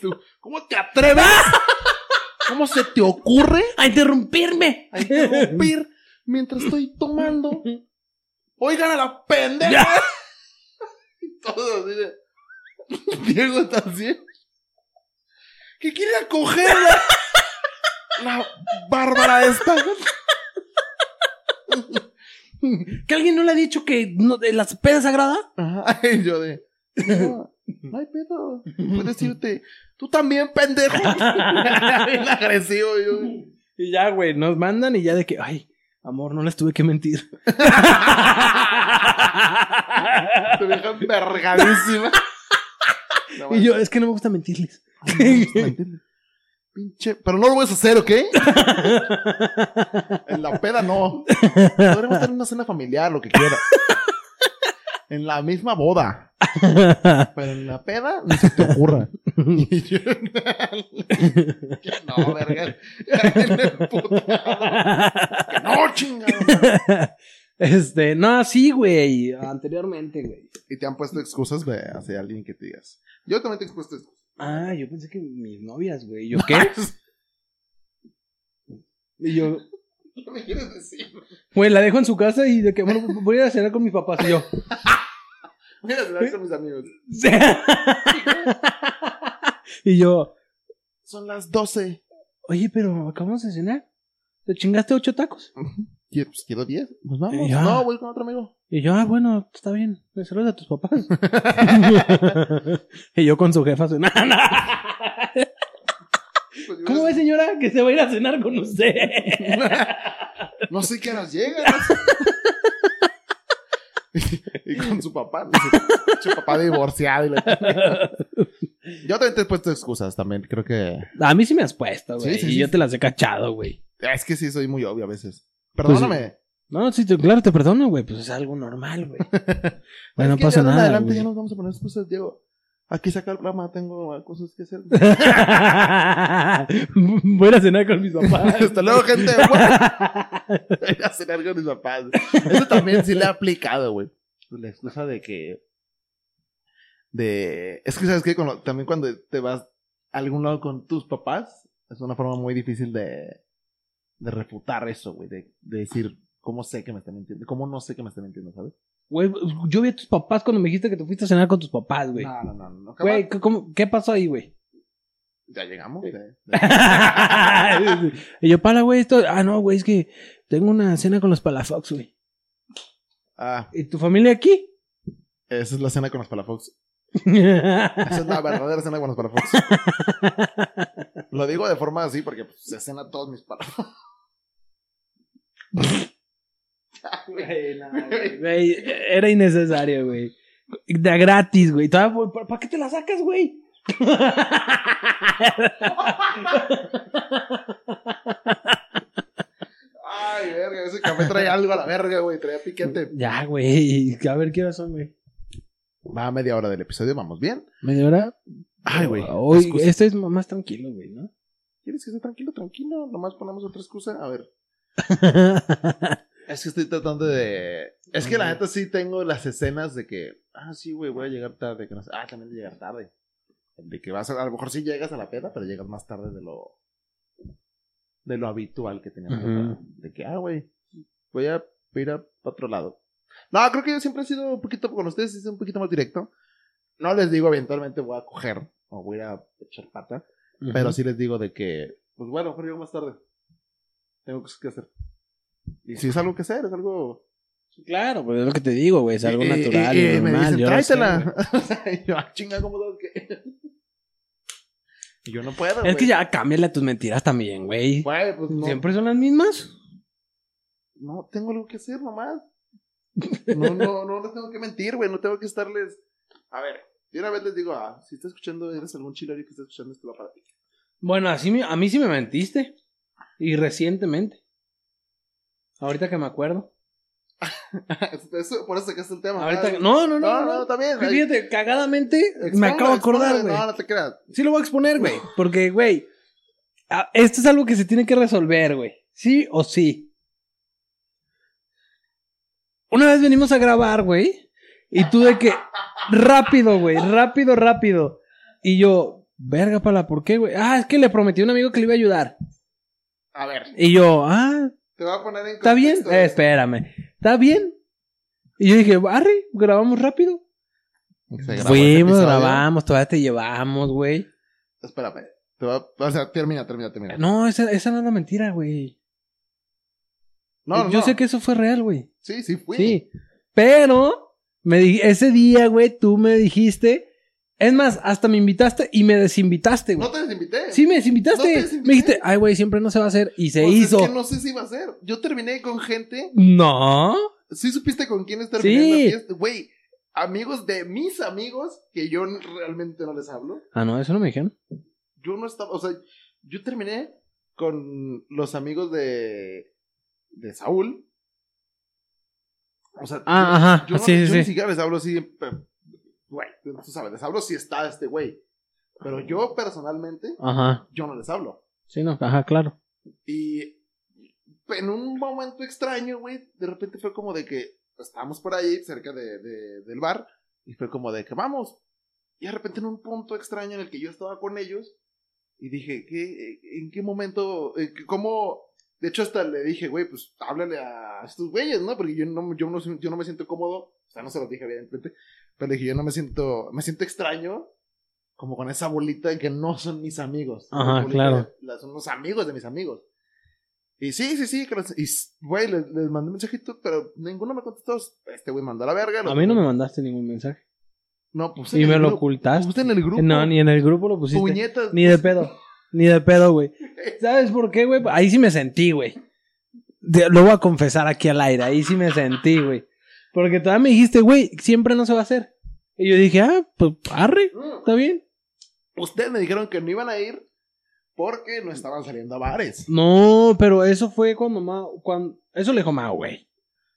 Speaker 4: Tú, ¿Cómo te atreves? ¿Cómo se te ocurre
Speaker 3: A interrumpirme. [laughs]
Speaker 4: a interrumpir mientras estoy tomando? Oigan a la pendeja. [laughs] Y Todos así de. [laughs] Diego está así. ¿Qué quiere coger [laughs] la, la bárbara esta?
Speaker 3: ¿Que alguien no le ha dicho que no- de las pedas sagrada?
Speaker 4: Ajá, y yo de. No, no hay pedo. Puedes irte. Tú también, pendejo. [laughs] Bien agresivo, yo.
Speaker 3: Y ya, güey, nos mandan y ya de que, ay, amor, no les tuve que
Speaker 4: [laughs]
Speaker 3: mentir.
Speaker 4: Te dejan vergadísima. No,
Speaker 3: y
Speaker 4: bueno,
Speaker 3: yo, es que no me gusta mentirles.
Speaker 4: Ah, no entiendo. Pinche. Pero no lo vas a hacer, [laughs] ¿ok? En la peda no. Podremos estar en una cena familiar, lo que quiera. En la misma boda. Pero en la peda ni se te [laughs] ocurra. Y yo- no, verga. Que no, chingada.
Speaker 3: [laughs] este, no, sí, güey, anteriormente, güey.
Speaker 4: Y te han puesto excusas de hacia alguien que te digas. Yo también te he puesto excusas.
Speaker 3: Ah, yo pensé que mis novias, güey. ¿Yo qué? y yo,
Speaker 4: ¿Qué me quieres decir?
Speaker 3: güey, la dejo en su casa y de que, bueno, voy a ir a cenar con mis papás
Speaker 4: [laughs]
Speaker 3: y yo. [laughs]
Speaker 4: Voy a cenar con mis amigos.
Speaker 3: y yo,
Speaker 4: Son las 12.
Speaker 3: oye, pero acabamos de cenar. ¿Te chingaste ocho tacos?
Speaker 4: ¿Qui- pues, ¿Quiero 10? Pues vamos.
Speaker 3: Ya.
Speaker 4: No, voy con otro amigo.
Speaker 3: Y yo, ah, bueno, está bien. Me saludas a tus [laughs] papás. y yo con su jefa [laughs] cenando.
Speaker 4: Pues, yo
Speaker 3: ¿Cómo ve,
Speaker 4: les-
Speaker 3: señora, que se va a ir a cenar con usted?
Speaker 4: [laughs] No sé qué nos llega. no [laughs] sé. y y con su papá. ¿no? Su- Su, papá divorciado. y la- Yo también te he puesto excusas también. Creo que.
Speaker 3: a mí sí me has puesto, güey.
Speaker 4: Sí, sí,
Speaker 3: y
Speaker 4: sí.
Speaker 3: yo te las he cachado, güey.
Speaker 4: Es que sí, soy muy obvio a veces.
Speaker 3: Pues
Speaker 4: Perdóname.
Speaker 3: No, sí, te- claro, te perdono, güey. Pues es algo normal, [laughs] güey. Bueno, no
Speaker 4: Es que
Speaker 3: pasa
Speaker 4: ya de en
Speaker 3: nada.
Speaker 4: Adelante
Speaker 3: güey.
Speaker 4: ya nos vamos a poner excusas, Diego. Aquí saca el programa, tengo cosas
Speaker 3: [laughs]
Speaker 4: que hacer.
Speaker 3: Voy a ir a cenar con mis papás. [laughs]
Speaker 4: Hasta luego, gente. Voy a cenar con mis papás. Eso también sí le he aplicado, güey. La excusa de que. De. Es que, ¿sabes qué? Cuando- también cuando te vas a algún lado con tus papás, es una forma muy difícil de. De refutar eso, güey. De, de decir, ¿cómo sé que me están mintiendo? ¿Cómo no sé que me están mintiendo, sabes?
Speaker 3: Güey, yo vi a tus papás cuando me dijiste que te fuiste a cenar con tus papás, güey.
Speaker 4: No, no, no. no jamás.
Speaker 3: Güey, ¿qué- cómo- ¿qué pasó ahí, güey?
Speaker 4: Ya llegamos. eh.
Speaker 3: [laughs] y yo, para, güey, esto. Ah, no, güey, es que tengo una cena con los Palafox, güey.
Speaker 4: [laughs] Ah,
Speaker 3: ¿Y tu familia aquí? [laughs]
Speaker 4: esa es la cena con los palafox. Esa es la verdadera cena con los [laughs] palafox. Lo digo de forma así porque pues, se cena todos mis palafox.
Speaker 3: Güey, no, güey, güey, era innecesario, güey. De gratis, güey. Todavía, güey, ¿Para para qué te la sacas, güey?
Speaker 4: Ay, verga, ese café trae algo a la verga, güey. Traía piquete.
Speaker 3: ya, güey. A ver qué horas son, güey.
Speaker 4: Va a media hora del episodio, vamos bien.
Speaker 3: ¿Media hora?
Speaker 4: Ay, güey.
Speaker 3: Hoy,
Speaker 4: excusa.
Speaker 3: esto es más tranquilo, güey, ¿no?
Speaker 4: ¿Quieres que esté tranquilo? Tranquilo. Nomás ponemos otra excusa. A ver. Es que estoy tratando de. Es que la neta sí tengo las escenas de que. Ah, sí, güey, voy a llegar tarde. que no sé- Ah, también de llegar tarde. De que vas a. A lo mejor sí llegas a la peda, pero llegas más tarde de lo. De lo habitual que tenías.
Speaker 3: Ujú.
Speaker 4: De que, ah, güey, voy a ir a otro lado. No, creo que yo siempre he sido un poquito. Con ustedes he sido un poquito más directo. No les digo eventualmente voy a coger o voy a ir a echar pata. [laughs] Pero sí les digo de que, pues bueno, mejor llego más tarde. Tengo cosas que hacer. Y si es algo que hacer, es algo.
Speaker 3: Claro, pues es lo que te digo, güey. Es algo
Speaker 4: Y- y-
Speaker 3: natural.
Speaker 4: y-
Speaker 3: Y,
Speaker 4: y me
Speaker 3: normal,
Speaker 4: dicen,
Speaker 3: yo lo sé, güey.
Speaker 4: tráetela. [laughs] y yo, ah, chinga, ¿cómo sabes que? y yo no puedo.
Speaker 3: Es que
Speaker 4: güey.
Speaker 3: ya cámbiale a tus mentiras también, güey.
Speaker 4: Güey, pues no,
Speaker 3: ¿Siempre son las mismas?
Speaker 4: no tengo algo que hacer nomás. No, no, no les tengo que mentir, güey. No tengo que estarles. A ver, de una vez les digo, ah, si estás escuchando, eres algún chilario que está escuchando, esto va para ti. [laughs]
Speaker 3: Bueno, así me- a mí sí me mentiste. Y recientemente. Ahorita que me acuerdo.
Speaker 4: Eso- por eso sacaste el tema.
Speaker 3: Ahorita que-
Speaker 4: ¿verdad?
Speaker 3: no, no, no,
Speaker 4: no,
Speaker 3: no.
Speaker 4: no, también. ahí-
Speaker 3: Fíjate, cagadamente me
Speaker 4: Expone,
Speaker 3: acabo de acordar,
Speaker 4: expone,
Speaker 3: güey.
Speaker 4: No, no te creas.
Speaker 3: Sí lo voy a exponer, güey. Porque, güey, a- esto es algo que se tiene que resolver, güey. Sí o sí. Una vez venimos a grabar, güey. Y tú de que, rápido, güey, rápido, rápido. Y yo, verga, pala, ¿por qué, güey? Ah, es que le prometí a un amigo que le iba a ayudar.
Speaker 4: A ver,
Speaker 3: Y yo, ah,
Speaker 4: te voy a poner en
Speaker 3: ¿Está bien?
Speaker 4: contexto.
Speaker 3: Eh, espérame. ¿Está bien? Y yo dije, Barry, grabamos rápido.
Speaker 4: Se grabó
Speaker 3: Fuimos,
Speaker 4: ese episodio.
Speaker 3: grabamos, todavía te llevamos, güey.
Speaker 4: Espérame. Te va- o sea, termina, termina, termina.
Speaker 3: No, esa, esa no es la mentira, güey. yo sé que eso fue real, güey.
Speaker 4: Sí, sí, fui.
Speaker 3: Sí. Pero me di- ese día, güey, tú me dijiste. Es más, hasta me invitaste y me desinvitaste, güey.
Speaker 4: No te desinvité.
Speaker 3: sí, me desinvitaste.
Speaker 4: No te desinvité.
Speaker 3: Me dijiste, ay, güey, siempre no se va a hacer. Y se
Speaker 4: Pues
Speaker 3: hizo.
Speaker 4: Es que no sé si iba a ser. Yo terminé con gente.
Speaker 3: no.
Speaker 4: Sí supiste con quiénes terminé en
Speaker 3: Sí.
Speaker 4: la fiesta. Güey, amigos de mis amigos, que yo n- realmente no les hablo.
Speaker 3: Ah, no, eso no me dijeron.
Speaker 4: Yo no estaba, o sea, yo terminé con los amigos de, de Saúl. O sea,
Speaker 3: Ah,
Speaker 4: yo-
Speaker 3: ajá,
Speaker 4: yo, no-
Speaker 3: sí, sí,
Speaker 4: yo ni
Speaker 3: sí.
Speaker 4: siquiera les hablo así, pero, güey, tú sabes, les hablo si está este güey.
Speaker 3: Ah.
Speaker 4: Pero yo personalmente,
Speaker 3: Ajá.
Speaker 4: yo no les hablo.
Speaker 3: Sí, no. Ajá, claro.
Speaker 4: Y en un momento extraño, güey, de repente fue como de que estábamos por ahí, cerca de, de- del bar, y fue como de que vamos. Y de repente en un punto extraño en el que yo estaba con ellos, y dije, ¿qué, ¿en qué momento? eh, ¿Cómo? De hecho, hasta le dije, güey, pues háblale a estos güeyes, ¿no? Porque yo no, yo, no, yo no me siento cómodo. O sea, no se los dije, evidentemente. Pero le dije, yo no me siento, me siento extraño, como con esa bolita de que no son mis amigos.
Speaker 3: Ajá,
Speaker 4: Bolita
Speaker 3: claro.
Speaker 4: de- la- son los amigos de mis amigos. Y sí, sí, sí, que los- y s- güey, les, les mandé un mensajito, pero ninguno me contestó. Este güey mandó a la verga. los-
Speaker 3: A mí no me mandaste ningún mensaje.
Speaker 4: No, pues
Speaker 3: Y me lo ocultaste.
Speaker 4: en el grupo.
Speaker 3: No, ni en el grupo lo pusiste.
Speaker 4: Puñetas.
Speaker 3: Ni de pedo. Ni de pedo,
Speaker 4: [laughs]
Speaker 3: güey. ¿Sabes por qué, güey? Ahí sí me sentí, güey. Te- Lo voy a confesar aquí al aire. Ahí sí me sentí, güey. Porque todavía me dijiste, güey, siempre no se va a hacer. Y yo dije, ah, pues arre,
Speaker 4: Mm.
Speaker 3: está bien.
Speaker 4: [laughs] Ustedes me dijeron que no iban a ir porque no estaban saliendo a bares.
Speaker 3: No, pero eso fue cuando Mao. Cuando... Eso le dijo Mao, güey.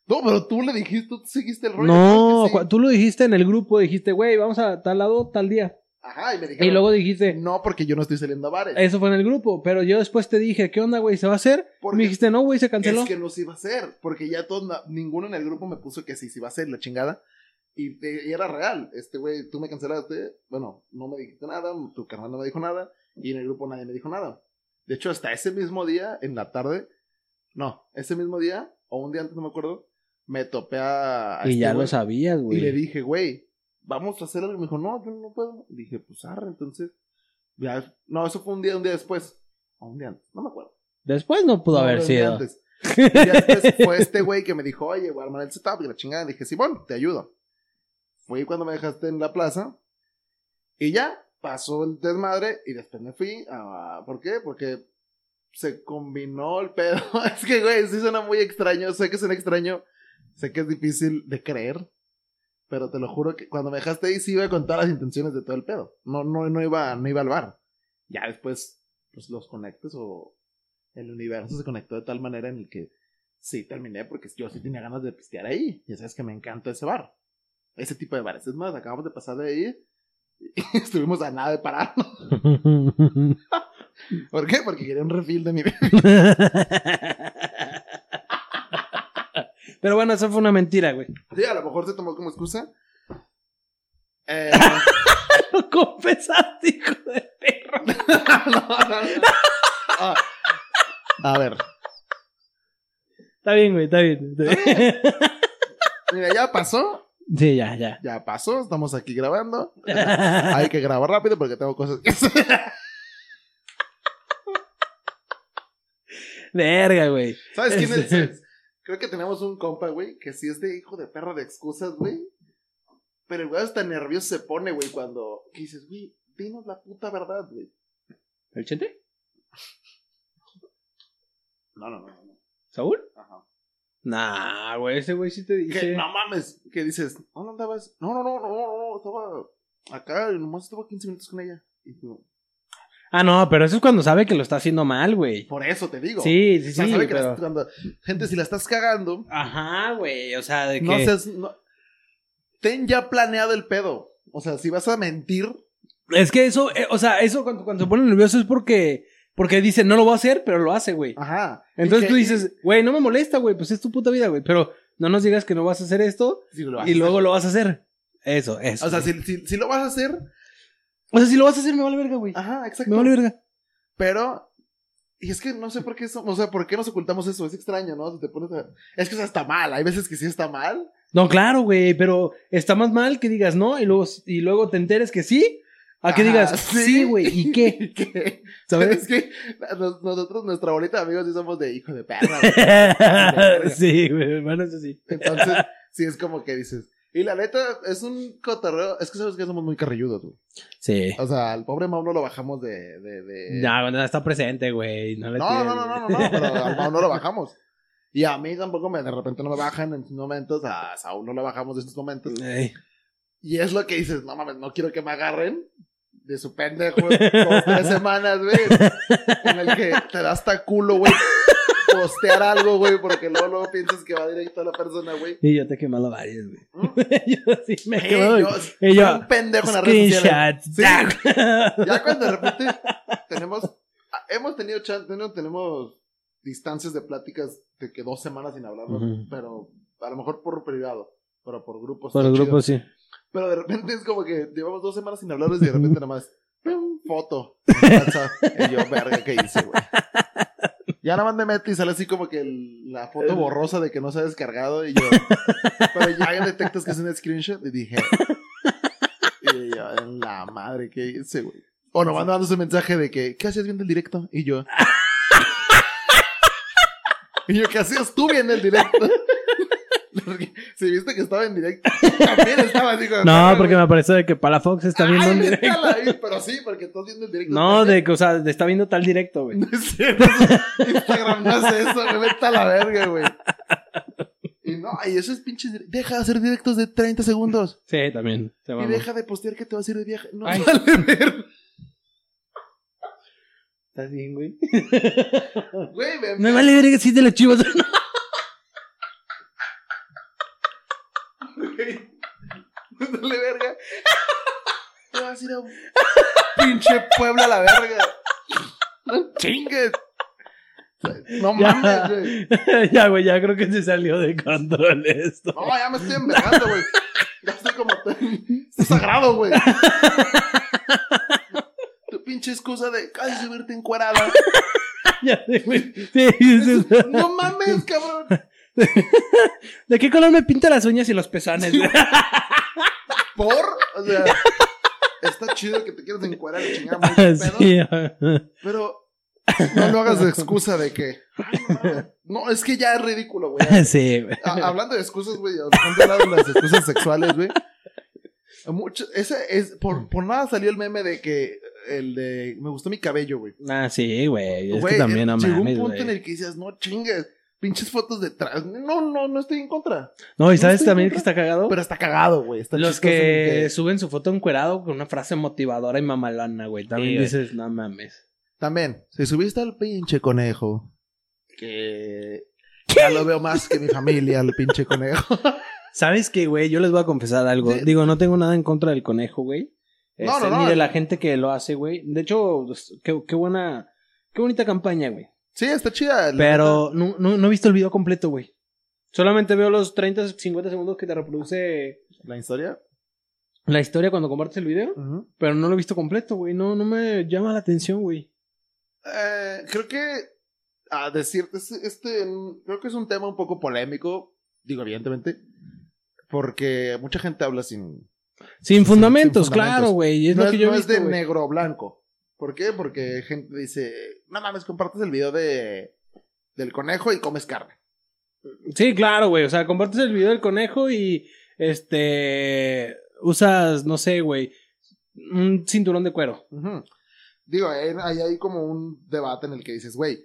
Speaker 4: No, pero tú le dijiste, tú seguiste el rollo.
Speaker 3: No,
Speaker 4: claro que
Speaker 3: cua-
Speaker 4: sí.
Speaker 3: tú lo dijiste en el grupo. Dijiste, güey, vamos a tal lado, tal día.
Speaker 4: Ajá, y me dijeron.
Speaker 3: Y luego Eh, dijiste,
Speaker 4: No, porque yo no estoy saliendo a bares.
Speaker 3: eso fue en el grupo. Pero yo después te dije, ¿qué onda, güey? ¿Se va a hacer?
Speaker 4: Porque
Speaker 3: Me dijiste, no, güey, se canceló.
Speaker 4: Es que no se iba a hacer, porque ya todos, na- ninguno en el grupo me puso que sí se iba a hacer, la chingada. Y, te- y era real, este güey, tú me cancelaste, bueno, no me dijiste nada, tu carnal no me dijo nada, y en el grupo nadie me dijo nada. De hecho, hasta ese mismo día, en la tarde, no, ese mismo día, o un día antes, no me acuerdo, me topé a... a
Speaker 3: Y
Speaker 4: este
Speaker 3: ya lo
Speaker 4: güey,
Speaker 3: sabías,
Speaker 4: Y
Speaker 3: güey.
Speaker 4: le dije, güey, vamos a hacer algo. Y me dijo, no, yo no puedo. Dije, pues arre, entonces. Ya, no, eso fue un día, un día después. O un día antes, no me acuerdo.
Speaker 3: Después no pudo
Speaker 4: No,
Speaker 3: haber
Speaker 4: era un día
Speaker 3: sido.
Speaker 4: antes. Y ya después fue este güey que me dijo, oye, voy a armar el setup y la chingada. Le dije, Simón, te ayudo. Fui cuando me dejaste en la plaza. Y ya, pasó el desmadre y después me fui a... ¿Por qué? Porque se combinó el pedo. [laughs] es que, güey, sí suena muy extraño. Sé que suena extraño. Sé que es difícil de creer. Pero te lo juro que cuando me dejaste ahí sí iba con todas las intenciones de todo el pedo. No, no, no iba, no iba al bar. Ya después, pues los conectes o el universo se conectó de tal manera en el que sí terminé porque yo sí tenía ganas de pistear ahí. Ya sabes que me encanta ese bar. Ese tipo de bares. Es más, acabamos de pasar de ahí y [laughs] estuvimos a nada de pararnos. [laughs] ¿Por qué? Porque quería un refill de mi
Speaker 3: [laughs] Pero bueno, eso fue una mentira, güey. [laughs]
Speaker 4: Sí, a lo mejor se tomó como excusa. Eh, [laughs]
Speaker 3: Lo confesaste, hijo de perra.
Speaker 4: no, no, no. Ah, a ver,
Speaker 3: Está bien, güey, está bien. está bien.
Speaker 4: mira, ya pasó.
Speaker 3: Sí, ya,
Speaker 4: [laughs]
Speaker 3: ya.
Speaker 4: Ya pasó, estamos aquí grabando. Hay que grabar rápido porque tengo cosas que hacer.
Speaker 3: Verga, güey.
Speaker 4: ¿Sabes quién es?
Speaker 3: Este. [laughs]
Speaker 4: ¿Sabes? Creo que tenemos un compa, güey, que sí es de hijo de perra de excusas, güey. Pero el güey hasta nervioso se pone, güey, cuando que dices, güey, dinos la puta verdad, güey.
Speaker 3: ¿El Chente?
Speaker 4: No, no, no, no, no.
Speaker 3: ¿Saúl?
Speaker 4: Ajá.
Speaker 3: Nah, güey, ese güey sí te
Speaker 4: Que
Speaker 3: dice.
Speaker 4: no mames, que dices, no, no andabas, no, no, no, no, no, estaba acá, y nomás estuve 15 minutos con ella. Y tú,
Speaker 3: Ah, no, pero eso es cuando sabe que lo está haciendo mal, güey.
Speaker 4: por eso te digo.
Speaker 3: Sí,
Speaker 4: O
Speaker 3: sí,
Speaker 4: sea,
Speaker 3: sí.
Speaker 4: sabe que la
Speaker 3: pero-
Speaker 4: estás cagando. Gente, si la estás cagando,
Speaker 3: Ajá, güey. O sea, de que.
Speaker 4: no seas, no- ten ya planeado el pedo. O sea, si vas a mentir,
Speaker 3: Es que eso, eh, o sea, eso cuando, cuando se pone nervioso es porque. Porque dice, no lo voy a hacer, pero lo hace, güey.
Speaker 4: ajá.
Speaker 3: Entonces
Speaker 4: Y
Speaker 3: tú
Speaker 4: que-
Speaker 3: dices, güey, no me molesta, güey, pues es tu puta vida, güey. Pero no nos digas que no vas a hacer esto
Speaker 4: si lo vas a
Speaker 3: y
Speaker 4: hacer.
Speaker 3: luego lo vas a hacer. Eso, eso.
Speaker 4: O sea, si, si- si lo vas a hacer,
Speaker 3: O sea, si lo vas a hacer, me vale verga, güey.
Speaker 4: ajá, exacto.
Speaker 3: Me vale verga.
Speaker 4: Pero, y es que no sé por qué somos, o sea, por qué nos ocultamos eso, es extraño, ¿no? Si te pones a- Es que o sea, está mal, hay veces que sí está mal.
Speaker 3: No, claro, güey, pero está más mal que digas no y luego, y luego te enteres que sí, a que
Speaker 4: Ajá,
Speaker 3: digas sí, güey, ¿y qué?
Speaker 4: [laughs] ¿Y qué?
Speaker 3: ¿Sabes?
Speaker 4: Es que nos- nosotros, nuestra bolita de amigos, sí somos de hijo de
Speaker 3: [laughs]
Speaker 4: perra. güey.
Speaker 3: [laughs] sí, güey, hermano, eso sí.
Speaker 4: Entonces, sí es como que dices. Y la neta, es un cotorreo. Es que sabes que somos muy carrilludos, güey.
Speaker 3: Sí.
Speaker 4: O sea, al pobre Mau no lo bajamos de. de, de-
Speaker 3: Ya, cuando está presente, güey. No, le
Speaker 4: No,
Speaker 3: tires.
Speaker 4: no, no, no, no, no, pero al Mau no lo bajamos. Y a mí tampoco me, de repente no me bajan en estos momentos, a Saúl no lo bajamos en estos momentos.
Speaker 3: [laughs] Ey.
Speaker 4: Y es lo que dices, no mames, no quiero que me agarren de su pendejo dos, [laughs] tres semanas, güey. En el que te da hasta culo, güey, postear algo, güey, porque luego, luego piensas que va directo a la persona, güey.
Speaker 3: Y yo te he quemado varios, güey.
Speaker 4: ¿Mm?
Speaker 3: [laughs] yo sí me he
Speaker 4: Sí,
Speaker 3: quemado.
Speaker 4: yo-
Speaker 3: y
Speaker 4: soy
Speaker 3: yo,
Speaker 4: un pendejo en las redes sociales.
Speaker 3: screenshots. Sí.
Speaker 4: Ya cuando de repente tenemos, ah, hemos tenido chance, no tenemos distancias de pláticas de que dos semanas sin hablarnos,
Speaker 3: Ujú.
Speaker 4: pero a lo mejor por privado, pero por grupos.
Speaker 3: [laughs] Por
Speaker 4: está
Speaker 3: el
Speaker 4: chido.
Speaker 3: grupo, sí.
Speaker 4: Pero de repente es como que llevamos dos semanas sin hablarles y
Speaker 3: [laughs]
Speaker 4: de repente nada más. ¡pum! Foto. en WhatsApp. y yo, verga, ¿qué hice, güey? Ya nada más me meto y sale así como que el- la foto borrosa de que no se ha descargado
Speaker 3: [laughs]
Speaker 4: y yo. Pero ya detectas que es un screenshot y dije. Y yo, la madre, ¿qué hice, güey? O nomás me mandas un mensaje de que, ¿qué hacías viendo el directo? Y yo. Y yo, ¿qué hacías tú viendo el directo? [laughs] Porque si viste que estaba en directo, también estaba así con-
Speaker 3: No, porque me apareció de que Palafox está
Speaker 4: Ay,
Speaker 3: viendo un
Speaker 4: vete a
Speaker 3: directo.
Speaker 4: la- ay, pero sí, porque estás viendo el directo.
Speaker 3: No, de que, o sea, está viendo tal directo, güey.
Speaker 4: [laughs] No es cierto. Instagram no hace eso, me vete a la verga, güey. Y no, y eso es pinche. dire- Deja de hacer directos de 30 segundos.
Speaker 3: Sí, también. Se
Speaker 4: Y
Speaker 3: mamó.
Speaker 4: deja de postear que te vas a ir de viaje. No,
Speaker 3: Ay.
Speaker 4: vale ver.
Speaker 3: ¿Estás bien, güey?
Speaker 4: Güey, me-
Speaker 3: Me vale verga si es de los chivos.
Speaker 4: [laughs] güey. Me vale verga. Te vas a ir a un pinche pueblo a la verga. No chingues. No
Speaker 3: Ya.
Speaker 4: mames, güey.
Speaker 3: [laughs] ya, güey, ya creo que se salió de control
Speaker 4: [laughs]
Speaker 3: esto.
Speaker 4: No, ya me estoy envergando, güey. Ya estoy como. Estoy sagrado, güey. Tu pinche excusa de casi subirte encuerada.
Speaker 3: ya, sé, güey. Sí, sí, sí.
Speaker 4: No mames, cabrón.
Speaker 3: ¿De qué color me pinto las uñas y los pezones? güey?
Speaker 4: ¿Por? O sea,
Speaker 3: [laughs]
Speaker 4: está chido que te quieras encuerar y chingar
Speaker 3: Ah,
Speaker 4: mucho pedo.
Speaker 3: sí.
Speaker 4: Pero No, no hagas de excusa de que. "Ay, no mames". No, es que ya es ridículo, güey.
Speaker 3: [laughs] sí, güey. [laughs]
Speaker 4: A- Ah, hablando de excusas, güey, dejando de lado las excusas sexuales, güey. Mucho, ese es,
Speaker 3: Mm.
Speaker 4: por, por nada salió el meme de que el de me gustó mi cabello, güey.
Speaker 3: Ah, sí, güey. Es
Speaker 4: Güey,
Speaker 3: que también no
Speaker 4: llegó
Speaker 3: mames,
Speaker 4: un punto
Speaker 3: güey.
Speaker 4: en el que dices, no chingues, pinches fotos detrás. No, no, no estoy en contra.
Speaker 3: No, ¿y sabes
Speaker 4: estoy
Speaker 3: también que
Speaker 4: contra-
Speaker 3: está cagado?
Speaker 4: Pero está cagado, güey. Está
Speaker 3: Los
Speaker 4: chistoso de
Speaker 3: que suben su foto encuerado con una frase motivadora y mamalona, güey. También
Speaker 4: Sí, güey.
Speaker 3: dices, no mames.
Speaker 4: También, si subiste al pinche conejo, que ya lo veo más que mi familia, al pinche conejo. [laughs]
Speaker 3: ¿Sabes qué, güey? Yo les voy a confesar algo.
Speaker 4: Sí.
Speaker 3: Digo, no tengo nada en contra del conejo, güey.
Speaker 4: No,
Speaker 3: Este,
Speaker 4: no, no.
Speaker 3: Ni de la gente que lo hace, güey. De hecho, pues, qué, qué buena... Qué bonita campaña, güey.
Speaker 4: Sí, está chida. la
Speaker 3: Pero no, no, no he visto el video completo, güey. Solamente veo los 30, 50 segundos que te reproduce
Speaker 4: ¿La historia?
Speaker 3: la historia cuando compartes el video. Pero no lo he visto completo, güey. No, no me llama la atención, güey.
Speaker 4: Eh, creo que, a decirte, es- este, mm, creo que es un tema un poco polémico, digo, evidentemente, porque mucha gente habla sin...
Speaker 3: Sin fundamentos,
Speaker 4: fundamentos.
Speaker 3: claro, güey. Es
Speaker 4: no
Speaker 3: lo
Speaker 4: es,
Speaker 3: que yo
Speaker 4: no
Speaker 3: he
Speaker 4: es
Speaker 3: visto,
Speaker 4: de
Speaker 3: güey.
Speaker 4: negro o blanco. ¿Por qué? Porque gente dice, no mames, compartes el video de del conejo y comes carne.
Speaker 3: Sí, claro, güey. O sea, compartes el video del conejo y este usas, no sé, güey, un cinturón de cuero.
Speaker 4: Ujú. Digo, eh, ahí hay como un debate en el que dices, güey,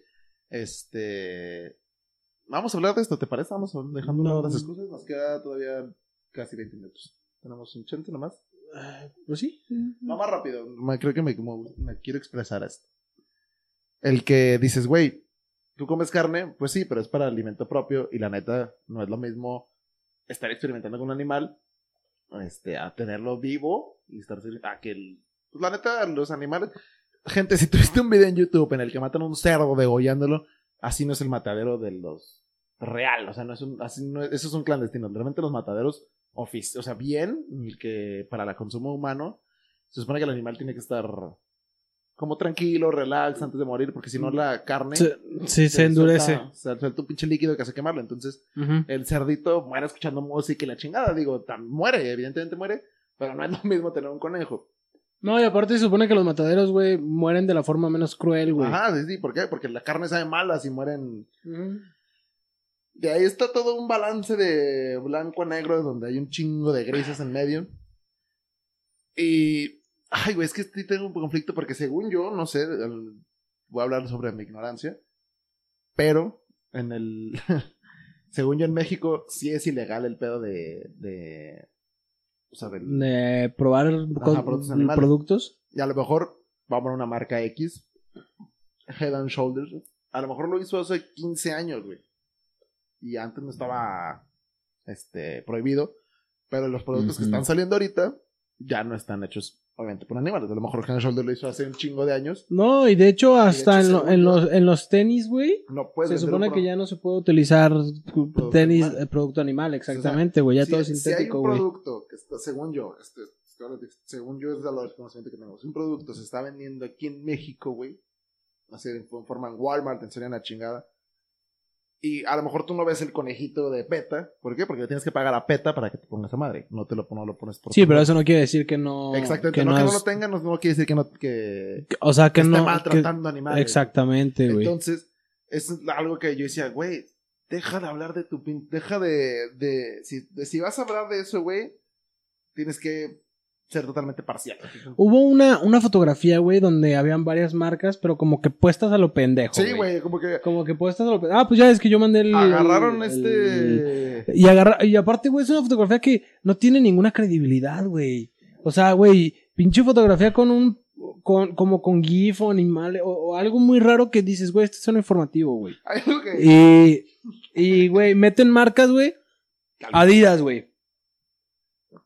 Speaker 4: este... Vamos a hablar de esto, ¿te parece? Vamos a- dejando
Speaker 3: No.
Speaker 4: las excusas, nos queda todavía casi 20 minutos. Tenemos un chente nomás.
Speaker 3: Pues sí.
Speaker 4: No más rápido. ma- creo que me, como- me quiero expresar esto. El que dices, güey, tú comes carne, pues sí, pero es para alimento propio y la neta no es lo mismo estar experimentando con un animal este, a tenerlo vivo y estar sirvi- a que el- pues la neta los animales. Gente, si tuviste un video en YouTube en el que matan a un cerdo degollándolo, así no es el matadero de los real, o sea, no es un, así no es- eso es un clandestino. Realmente los mataderos ofici- o sea, bien, en el que para el consumo humano se supone que el animal tiene que estar como tranquilo, relax antes de morir, porque si no la carne
Speaker 3: Mm. Sí, sí, se endurece.
Speaker 4: suelta- se suelta un pinche líquido que hace quemarlo. Entonces,
Speaker 3: Ujú.
Speaker 4: el cerdito muere escuchando música y la chingada. Digo, tan, muere, evidentemente muere, pero no es lo mismo tener un conejo.
Speaker 3: No, y aparte se supone que los mataderos, güey, mueren de la forma menos cruel, güey.
Speaker 4: Ajá, sí, sí, ¿por qué? Porque la carne sabe mala si mueren.
Speaker 3: Ujú.
Speaker 4: De ahí está todo un balance de blanco a negro, donde hay un chingo de grises en medio. Y. Ay, güey, es que sí tengo un conflicto porque según yo, no sé, el- voy a hablar sobre mi ignorancia, pero en el. [laughs] según yo en México sí es ilegal el pedo de. de o sea, del-
Speaker 3: De probar con-
Speaker 4: productos animales.
Speaker 3: productos.
Speaker 4: Y a lo mejor, vamos a una marca X, Head and Shoulders. A lo mejor lo hizo hace 15 años, güey. Y antes no estaba este, prohibido. Pero los productos que
Speaker 3: Ujú.
Speaker 4: están saliendo ahorita ya no están hechos, obviamente, por animales. A lo mejor Head and Shoulders lo hizo hace un chingo de años.
Speaker 3: No, y de hecho, hasta en, lo-
Speaker 4: según
Speaker 3: en
Speaker 4: yo-
Speaker 3: los, en los tenis, güey,
Speaker 4: No puede
Speaker 3: se supone que ya no se puede utilizar tenis, eh, producto animal, exactamente, güey. Ya
Speaker 4: si,
Speaker 3: todo es
Speaker 4: si
Speaker 3: sintético,
Speaker 4: hay un
Speaker 3: güey.
Speaker 4: producto que está, según yo, este, este, según yo es de los conocimientos que tenemos, un producto se está vendiendo aquí en México, güey, no sé, en forma en Walmart, en Soriana, chingada, y a lo mejor tú no ves el conejito de PETA, ¿por qué? Porque le tienes que pagar a PETA para que te pongas a madre, no te lo, no lo pones por...
Speaker 3: Sí,
Speaker 4: tu
Speaker 3: pero
Speaker 4: cuenta.
Speaker 3: eso no quiere decir que no.
Speaker 4: Exactamente,
Speaker 3: que
Speaker 4: no,
Speaker 3: no
Speaker 4: que no
Speaker 3: es-
Speaker 4: lo tengan, no, no quiere decir que no... Que,
Speaker 3: O sea, que
Speaker 4: que esté
Speaker 3: no. que-
Speaker 4: maltratando animales.
Speaker 3: Exactamente, güey.
Speaker 4: Entonces, es algo que yo decía, güey, deja de hablar de tu pin... Deja de... de- si, de- si vas a hablar de eso, güey, tienes que ser totalmente parcial.
Speaker 3: Hubo una, una fotografía, güey, donde habían varias marcas, pero como que puestas a lo pendejo.
Speaker 4: Sí, güey, como que
Speaker 3: Como que puestas a lo pendejo. Ah, pues ya es que yo mandé el.
Speaker 4: agarraron
Speaker 3: el-
Speaker 4: este...
Speaker 3: Y, agarra... y aparte, güey, es una fotografía que no tiene ninguna credibilidad, güey. O sea, güey, pinche fotografía con un. Con, como con GIF o animales o, o algo muy raro que dices, güey, esto es un informativo, güey.
Speaker 4: [laughs] Algo que...
Speaker 3: Y, y, güey, meten marcas, güey. Adidas, güey.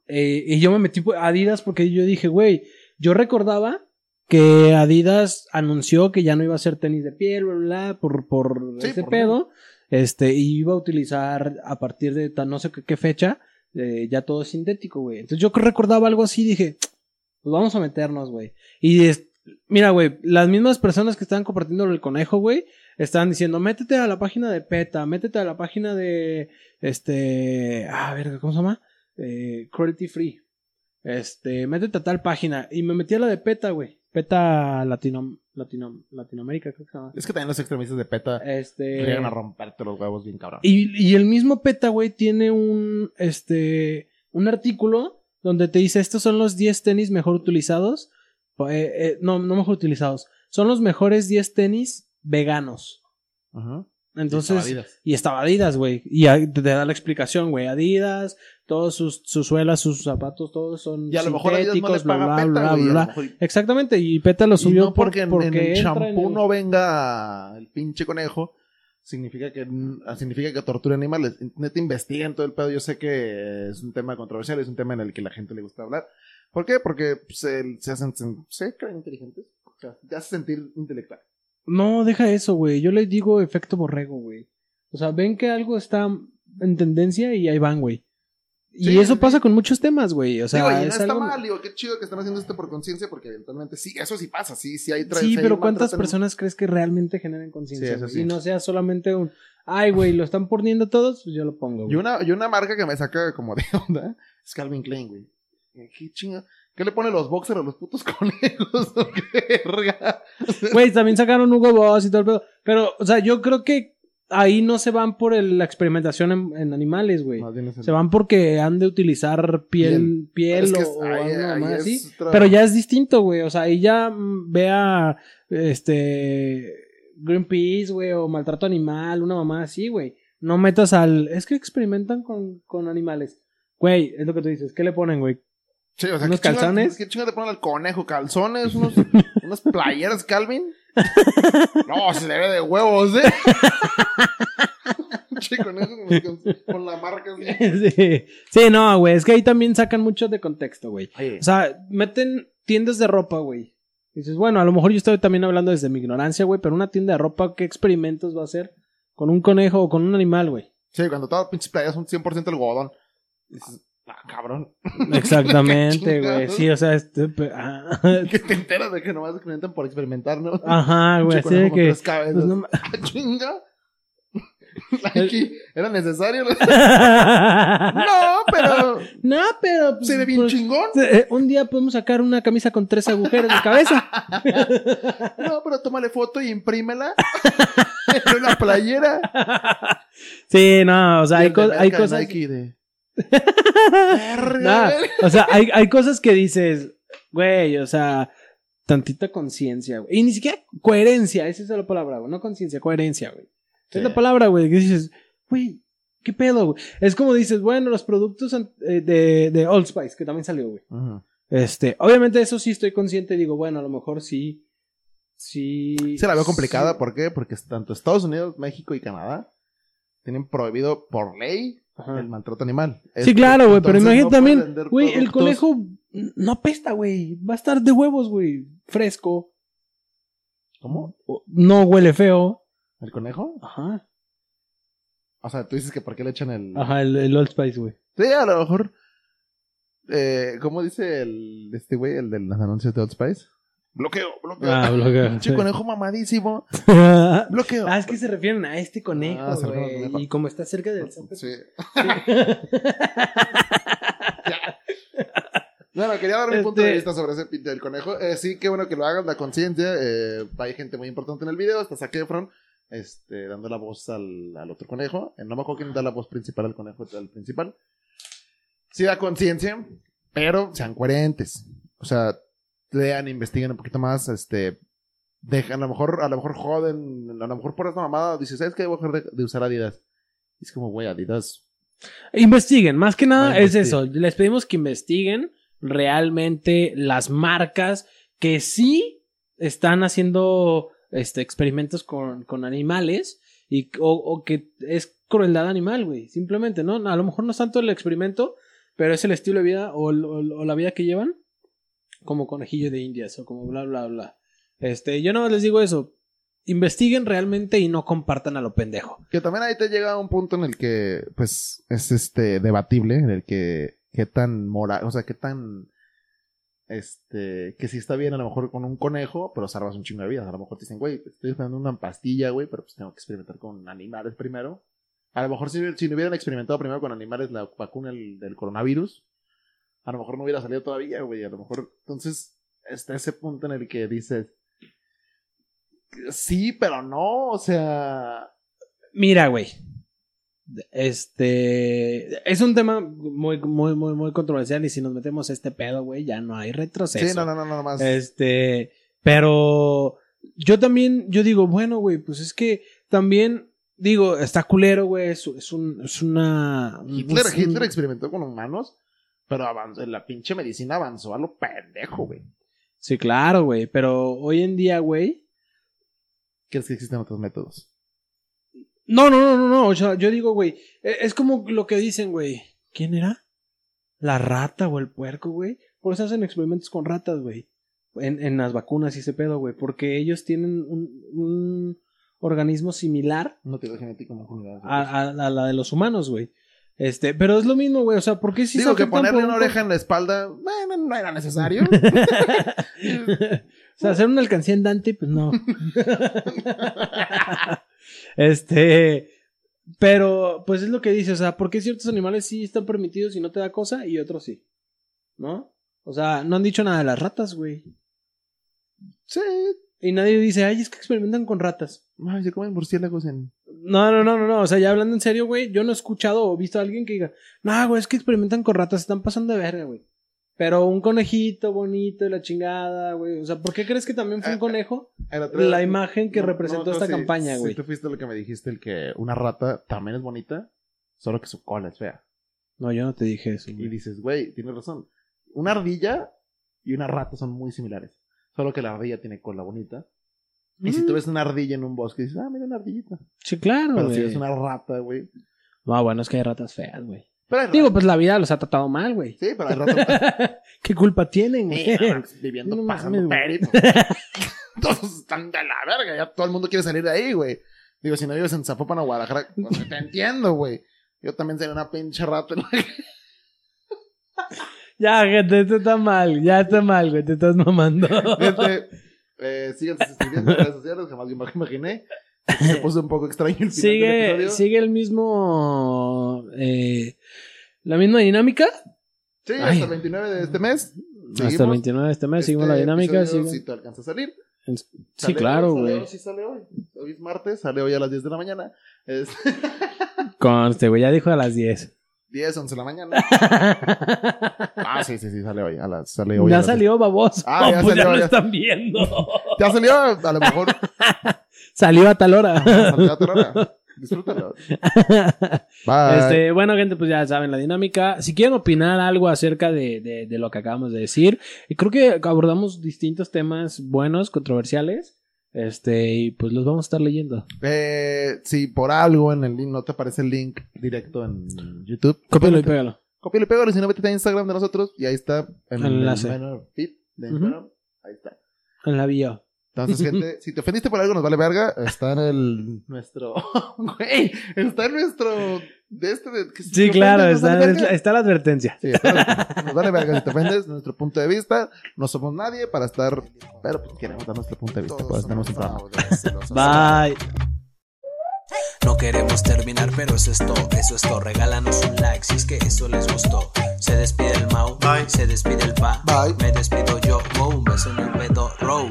Speaker 3: Eh, y yo me metí por Adidas porque yo dije, güey, yo recordaba que Adidas anunció que ya no iba a ser tenis de piel, bla, bla, bla, por, por
Speaker 4: Sí,
Speaker 3: ese
Speaker 4: por
Speaker 3: pedo. Este, y iba a utilizar a partir de tan no sé qué, qué fecha, eh, ya todo sintético, güey. Entonces yo recordaba algo así, dije, pues vamos a meternos, güey. Y es- mira, güey, las mismas personas que estaban compartiendo el conejo, güey, estaban diciendo, métete a la página de PETA, métete a la página de, este, a ver, ¿cómo se llama? Eh, cruelty Free. Este, métete a tal página. Y me metí a la de PETA, güey. PETA Latino, Latino- Latinoamérica, creo que se llama.
Speaker 6: Es que también los extremistas de PETA
Speaker 3: Este.
Speaker 6: llegan a romperte los huevos bien cabrón.
Speaker 3: Y, y el mismo PETA, güey, tiene un, este, un artículo donde te dice, estos son los 10 tenis mejor utilizados. Pa- eh, eh, no, no mejor utilizados. Son los mejores 10 tenis veganos.
Speaker 6: Ajá.
Speaker 3: Entonces, y estaba Adidas, güey. Y ahí te te da la explicación, güey. Adidas, todos sus, sus suelas, sus zapatos, todos son
Speaker 6: Y a lo mejor Adidas no le
Speaker 3: sintéticos, bla,
Speaker 6: paga
Speaker 3: bla,
Speaker 6: PETA,
Speaker 3: bla,
Speaker 6: güey, a lo
Speaker 3: bla.
Speaker 6: mejor-
Speaker 3: Exactamente, y PETA lo
Speaker 6: Y
Speaker 3: subió
Speaker 6: no
Speaker 3: porque,
Speaker 6: porque en-
Speaker 3: porque
Speaker 6: en el
Speaker 3: entra en
Speaker 6: champú
Speaker 3: el-
Speaker 6: no venga el pinche conejo, significa que ah, significa que tortura animales. Neta investigan todo el pedo. Yo sé que es un tema controversial, es un tema en el que la gente le gusta hablar. ¿Por qué? Porque pues, el- se hacen sen- se creen inteligentes. O sea, te hace sentir intelectual.
Speaker 3: No, deja eso, güey. Yo le digo efecto borrego, güey. O sea, ven que algo está en tendencia y ahí van, güey. Y
Speaker 4: Sí,
Speaker 3: eso
Speaker 4: sí.
Speaker 3: pasa con muchos temas, güey. O sea,
Speaker 4: Digo, y no
Speaker 3: es
Speaker 4: está
Speaker 3: algo-
Speaker 4: mal, digo, qué chido que están haciendo esto por conciencia, porque eventualmente sí, eso sí pasa, sí, sí hay tra-
Speaker 3: Sí,
Speaker 4: hay
Speaker 3: pero ¿cuántas
Speaker 4: maltrato-
Speaker 3: personas crees que realmente generan conciencia?
Speaker 6: Sí, eso
Speaker 3: güey?
Speaker 6: sí.
Speaker 3: Y no sea solamente un, ay, güey, lo están poniendo todos, pues yo lo pongo.
Speaker 4: Y
Speaker 3: güey.
Speaker 4: una, y una marca que me saca como de onda es Calvin Klein, güey. Eh, ¿Qué chinga? ¿Qué le pone los boxers a los putos [laughs] conejos? ¿Qué verga?
Speaker 3: [laughs] Güey, también sacaron Hugo Boss y todo el pedo. Pero, o sea, yo creo que ahí no se van por el- la experimentación en, en animales, güey.
Speaker 6: Más bien es el-
Speaker 3: Se van porque han de utilizar piel, piel
Speaker 4: Es que
Speaker 3: o, o
Speaker 4: ahí-
Speaker 3: algo
Speaker 4: ahí
Speaker 3: más
Speaker 4: es
Speaker 3: así.
Speaker 4: otra-
Speaker 3: Pero ya es distinto, güey. O sea, ahí ya mm, ve a este Greenpeace, güey, o maltrato animal, una mamá así, güey. No metas al. Es que experimentan con, con animales. Güey, es lo que tú dices. ¿Qué le ponen, güey? [laughs]
Speaker 4: Sí, o sea,
Speaker 3: ¿Unos
Speaker 4: ¿qué chinga-
Speaker 3: calzones?
Speaker 4: ¿Qué chinga le ponen al conejo? ¿Calzones?
Speaker 3: [laughs]
Speaker 4: Unos, ¿Unas playeras Calvin? No, se le ve de huevos, ¿eh? [laughs] Che, conejo con, con la marca. así.
Speaker 3: sí. Sí, no, güey. Es que ahí también sacan mucho de contexto, güey.
Speaker 6: Oye,
Speaker 3: O sea, meten tiendas de ropa, güey. Dices, bueno, a lo mejor yo estoy también hablando desde mi ignorancia, güey, pero una tienda de ropa, ¿qué experimentos va a hacer con un conejo o con un animal, güey?
Speaker 4: Sí, cuando todas las pinches playeras son 100% algodón. Dices, ah, cabrón.
Speaker 3: Exactamente,
Speaker 4: Qué chingados.
Speaker 3: güey. Sí, o sea, este, pe- ah,
Speaker 4: [laughs] Que te enteras de que nomás experimentan por experimentar, ¿no?
Speaker 3: ajá, Ah, güey.
Speaker 4: Pinche
Speaker 3: Así
Speaker 4: conejo
Speaker 3: de
Speaker 4: con
Speaker 3: que.
Speaker 4: tres cabezas.
Speaker 3: pues, no ma-
Speaker 4: [laughs] ¡Ah,
Speaker 3: [laughs]
Speaker 4: chinga! Aquí, ¿era
Speaker 3: [laughs]
Speaker 4: necesario? [laughs] no, pero
Speaker 3: no, pero. pues,
Speaker 4: se ve bien
Speaker 3: pues,
Speaker 4: chingón.
Speaker 3: eh, un día podemos sacar una camisa con tres agujeros de cabeza.
Speaker 4: No, pero tómale foto
Speaker 3: [laughs]
Speaker 4: y imprímela. en una playera.
Speaker 3: Sí, no, o sea,
Speaker 4: Y
Speaker 3: hay,
Speaker 4: el de
Speaker 3: co-
Speaker 4: Merca
Speaker 3: hay
Speaker 4: de
Speaker 3: cosas.
Speaker 4: Nike de-
Speaker 3: [laughs] Nah,
Speaker 6: [laughs]
Speaker 4: Verga, verga.
Speaker 3: o sea, hay, hay cosas que dices, güey, o sea, tantita conciencia, güey. Y ni siquiera coherencia, esa es la palabra, güey. No conciencia, coherencia, güey.
Speaker 6: Sí.
Speaker 3: Es la palabra, güey, que dices, güey, ¿qué pedo, güey? Es como dices, bueno, los productos an- eh, de, de Old Spice, que también salió, güey.
Speaker 6: Ajá.
Speaker 3: Este, obviamente eso sí estoy consciente y digo, bueno, a lo mejor sí, sí.
Speaker 6: Se la veo complicada,
Speaker 3: sí.
Speaker 6: ¿por qué? Porque tanto Estados Unidos, México y Canadá tienen prohibido por ley
Speaker 3: Ajá.
Speaker 6: el maltrato animal.
Speaker 3: Sí,
Speaker 6: Este,
Speaker 3: claro, güey, pero
Speaker 6: entonces
Speaker 3: imagínate
Speaker 6: no pueden
Speaker 3: también,
Speaker 6: vender
Speaker 3: güey, el
Speaker 6: productos-
Speaker 3: conejo no apesta, güey. Va a estar de huevos, güey. Fresco.
Speaker 6: ¿Cómo?
Speaker 3: No huele feo.
Speaker 6: ¿El conejo?
Speaker 3: Ajá.
Speaker 6: O sea, tú dices que por qué le echan el...
Speaker 3: Ajá, el, el Old Spice, güey.
Speaker 6: Sí, a lo mejor. Eh, ¿Cómo dice el, este güey, el de los anuncios de Old Spice?
Speaker 4: Bloqueo, bloqueo.
Speaker 3: Ah, bloqueo.
Speaker 6: Che, conejo mamadísimo.
Speaker 3: ah,
Speaker 6: Bloqueo.
Speaker 3: es que se refieren a este conejo,
Speaker 6: Ah, se refieren al
Speaker 3: güey.
Speaker 6: conejo.
Speaker 3: y como está cerca del césped.
Speaker 4: Sí. Bueno, quería dar mi punto de
Speaker 3: Este-
Speaker 4: vista sobre ese pinte del conejo. Eh, sí, qué bueno que lo hagan, la conciencia. Eh, hay gente muy importante en el video, hasta Zac Efron, este, dando la voz al, al otro conejo. Eh, no me acuerdo quién da la voz principal al conejo, al principal. Sí da conciencia, pero sean coherentes. O sea, lean, investiguen un poquito más, este... Dejan, a lo mejor, a lo mejor joden, a lo mejor por esta mamada, dices, ¿sabes qué? Voy a dejar de, de usar Adidas. Y es como, güey, Adidas.
Speaker 3: Investiguen, más que nada
Speaker 6: Ah,
Speaker 3: es
Speaker 6: investiguen.
Speaker 3: eso. Les pedimos que investiguen realmente las marcas que sí están haciendo este, experimentos con, con animales y, o, o que es crueldad animal, güey. Simplemente, ¿no? A lo mejor no es tanto el experimento, pero es el estilo de vida o, el- o el- o la vida que llevan como conejillo de indias o como bla, bla, bla. Este, yo nada más les digo eso. Investiguen realmente y no compartan a lo pendejo.
Speaker 4: Que también ahí te llega un punto en el que, pues, es este debatible, en el que qué tan moral, o sea, qué tan este, que si está bien a lo mejor con un conejo, pero salvas un chingo de vidas. A lo mejor te dicen, güey, estoy esperando una pastilla, güey, pero pues tengo que experimentar con animales primero. A lo mejor si, si no hubieran experimentado primero con animales la vacuna del, del coronavirus, a lo mejor no hubiera salido todavía, güey. A lo mejor, entonces, está ese punto en el que dices, Sí, pero no, o sea.
Speaker 3: Mira, güey. Este es un tema muy, muy, muy, muy controversial. Y si nos metemos a este pedo, güey, ya no hay retroceso.
Speaker 4: Sí, no, no, no, nada más.
Speaker 3: Este, pero yo también, yo digo, bueno, güey, pues es que también, digo, está culero, güey, es, es un, es una...
Speaker 4: Hitler,
Speaker 3: es un-
Speaker 4: Hitler experimentó con humanos, pero avanzó, la pinche medicina avanzó a lo pendejo, güey.
Speaker 3: Sí, claro, güey, pero hoy en día, güey...
Speaker 4: ¿Crees que existen otros métodos?
Speaker 3: No, no, no, no, no, o sea, yo digo, güey, e- es como lo que dicen, güey, ¿quién era? La rata o el puerco, güey. Por eso hacen experimentos con ratas, güey. En, en las vacunas y ese pedo, güey, porque ellos tienen un- un organismo similar
Speaker 4: No tiene genético más general.
Speaker 3: a, a- a la de los humanos, güey. Este, pero es lo mismo, güey. O sea, ¿por qué si
Speaker 4: Digo
Speaker 3: se
Speaker 4: que
Speaker 3: afectan
Speaker 4: ponerle
Speaker 3: por un
Speaker 4: una
Speaker 3: co-
Speaker 4: oreja en la espalda, bueno, no era
Speaker 3: [laughs]
Speaker 4: necesario.
Speaker 3: o sea, hacer una alcancía en Dante, pues no. este, pero pues es lo que dice, o sea, ¿por qué ciertos animales sí están permitidos y no te da cosa y otros sí? ¿No? O sea, no han dicho nada de las ratas, güey.
Speaker 4: sí.
Speaker 3: Y nadie dice, ay, es que experimentan con ratas.
Speaker 4: Ay, se comen murciélagos en.
Speaker 3: No, no, no, no, no. O sea, ya hablando en serio, güey, yo no he escuchado o visto a alguien que diga, no, güey, es que experimentan con ratas, se están pasando de verga, güey. Pero un conejito bonito y la chingada, güey. O sea, ¿por qué crees que también fue un
Speaker 4: Ah,
Speaker 3: conejo
Speaker 4: el otro-
Speaker 3: la imagen que
Speaker 4: No,
Speaker 3: representó
Speaker 4: no, no,
Speaker 3: esta
Speaker 4: sí,
Speaker 3: campaña,
Speaker 4: sí,
Speaker 3: güey?
Speaker 4: tú fuiste lo que me dijiste, el que una rata también es bonita, solo que su cola es fea.
Speaker 3: No, yo no te dije eso,
Speaker 4: Y
Speaker 3: güey.
Speaker 4: dices, güey, tienes razón. Una ardilla y una rata son muy similares. Solo que la ardilla tiene cola bonita. Y
Speaker 3: Mm.
Speaker 4: si tú ves una ardilla en un bosque, dices, ah, mira una ardillita.
Speaker 3: Sí, claro,
Speaker 4: Pero
Speaker 3: güey.
Speaker 4: si ves una rata, güey.
Speaker 3: No, bueno, es que hay ratas feas, güey.
Speaker 4: Pero hay ratas.
Speaker 3: Digo, pues la vida los ha tratado mal, güey.
Speaker 4: Sí, pero hay
Speaker 3: [laughs]
Speaker 4: ratas.
Speaker 3: ¿Qué culpa tienen, güey?
Speaker 4: Sí, no mames, viviendo,
Speaker 3: No
Speaker 4: pasando
Speaker 3: mames,
Speaker 4: perito. [laughs] Todos están de la verga. Ya todo el mundo quiere salir de ahí, güey. Digo, si no vives en Zapopan o Guadalajara, o sea, te entiendo, güey. Yo también sería una pinche rata.
Speaker 3: [laughs]
Speaker 4: ¿no?
Speaker 3: [laughs] Ya, gente, esto está mal. Ya está mal, güey. Te estás
Speaker 4: [laughs]
Speaker 3: mamando.
Speaker 4: Gente, eh, síganse suscribiendo en redes sociales, jamás me imaginé. Se puso un poco extraño el final del
Speaker 3: sigue,
Speaker 4: episodio.
Speaker 3: sigue el mismo. eh, la misma dinámica.
Speaker 4: Sí,
Speaker 3: Ay.
Speaker 4: hasta el 29 de este mes.
Speaker 3: Hasta el
Speaker 4: Seguimos.
Speaker 3: 29 de este mes, seguimos
Speaker 4: Este
Speaker 3: la dinámica.
Speaker 4: episodio,
Speaker 3: sigue-
Speaker 4: Si te alcanza a salir.
Speaker 3: en- Sí,
Speaker 4: Sale hoy,
Speaker 3: claro,
Speaker 4: sale
Speaker 3: güey.
Speaker 4: hoy, Sí, sale hoy. Hoy es martes, sale hoy a las 10 de la mañana. Es [laughs]
Speaker 3: Conste, güey, ya dijo a las [laughs] 10.
Speaker 4: 10, 11 de
Speaker 3: [laughs]
Speaker 4: la mañana. Ah, sí, sí, sí, sale hoy. A las- sale hoy a
Speaker 3: ya
Speaker 4: las-
Speaker 3: salió baboso.
Speaker 4: Ah,
Speaker 3: [laughs]
Speaker 4: ya
Speaker 3: pues ya
Speaker 4: salió,
Speaker 3: lo
Speaker 4: ya.
Speaker 3: están viendo.
Speaker 4: Ya salió, a
Speaker 3: [laughs]
Speaker 4: lo mejor.
Speaker 3: salió a tal hora.
Speaker 4: salió a otra hora. Disfrútalo. Bye.
Speaker 3: Este, bueno, gente, pues ya saben la dinámica. Si quieren opinar algo acerca de, de- de lo que acabamos de decir, y creo que abordamos distintos temas buenos, controversiales. Este, y pues los vamos a estar leyendo.
Speaker 4: Eh, si por algo en el link no te aparece el link directo en YouTube,
Speaker 3: Cópialo y
Speaker 4: pégalo.
Speaker 3: pégalo.
Speaker 4: Cópialo y pégalo. Si no, vete a Instagram de nosotros y ahí está en
Speaker 3: El enlace.
Speaker 4: banner feed de
Speaker 3: Ujú.
Speaker 4: Instagram. Ahí está.
Speaker 3: En la bio.
Speaker 4: Entonces, [laughs] gente, si te ofendiste por algo, nos vale verga. Está en el. Nuestro. [laughs] Güey, está en nuestro. De este. de- que si
Speaker 3: Sí,
Speaker 4: te
Speaker 3: claro,
Speaker 4: ofendes, nos
Speaker 3: está,
Speaker 4: vale verga.
Speaker 3: está la advertencia.
Speaker 4: Sí, está- nos vale verga si te ofendes. Nuestro punto de vista. No somos nadie para estar. Pero pues queremos dar nuestro punto de vista. Pues tenemos un programa.
Speaker 3: Bye.
Speaker 7: No queremos terminar, pero eso es todo, eso es todo. Regálanos un like si es que eso les gustó. Se despide el Mau,
Speaker 5: Bye.
Speaker 7: se despide el Pa,
Speaker 5: Bye.
Speaker 7: me despido yo. Wow, un beso en el pedo, row.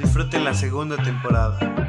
Speaker 5: Disfruten la segunda temporada.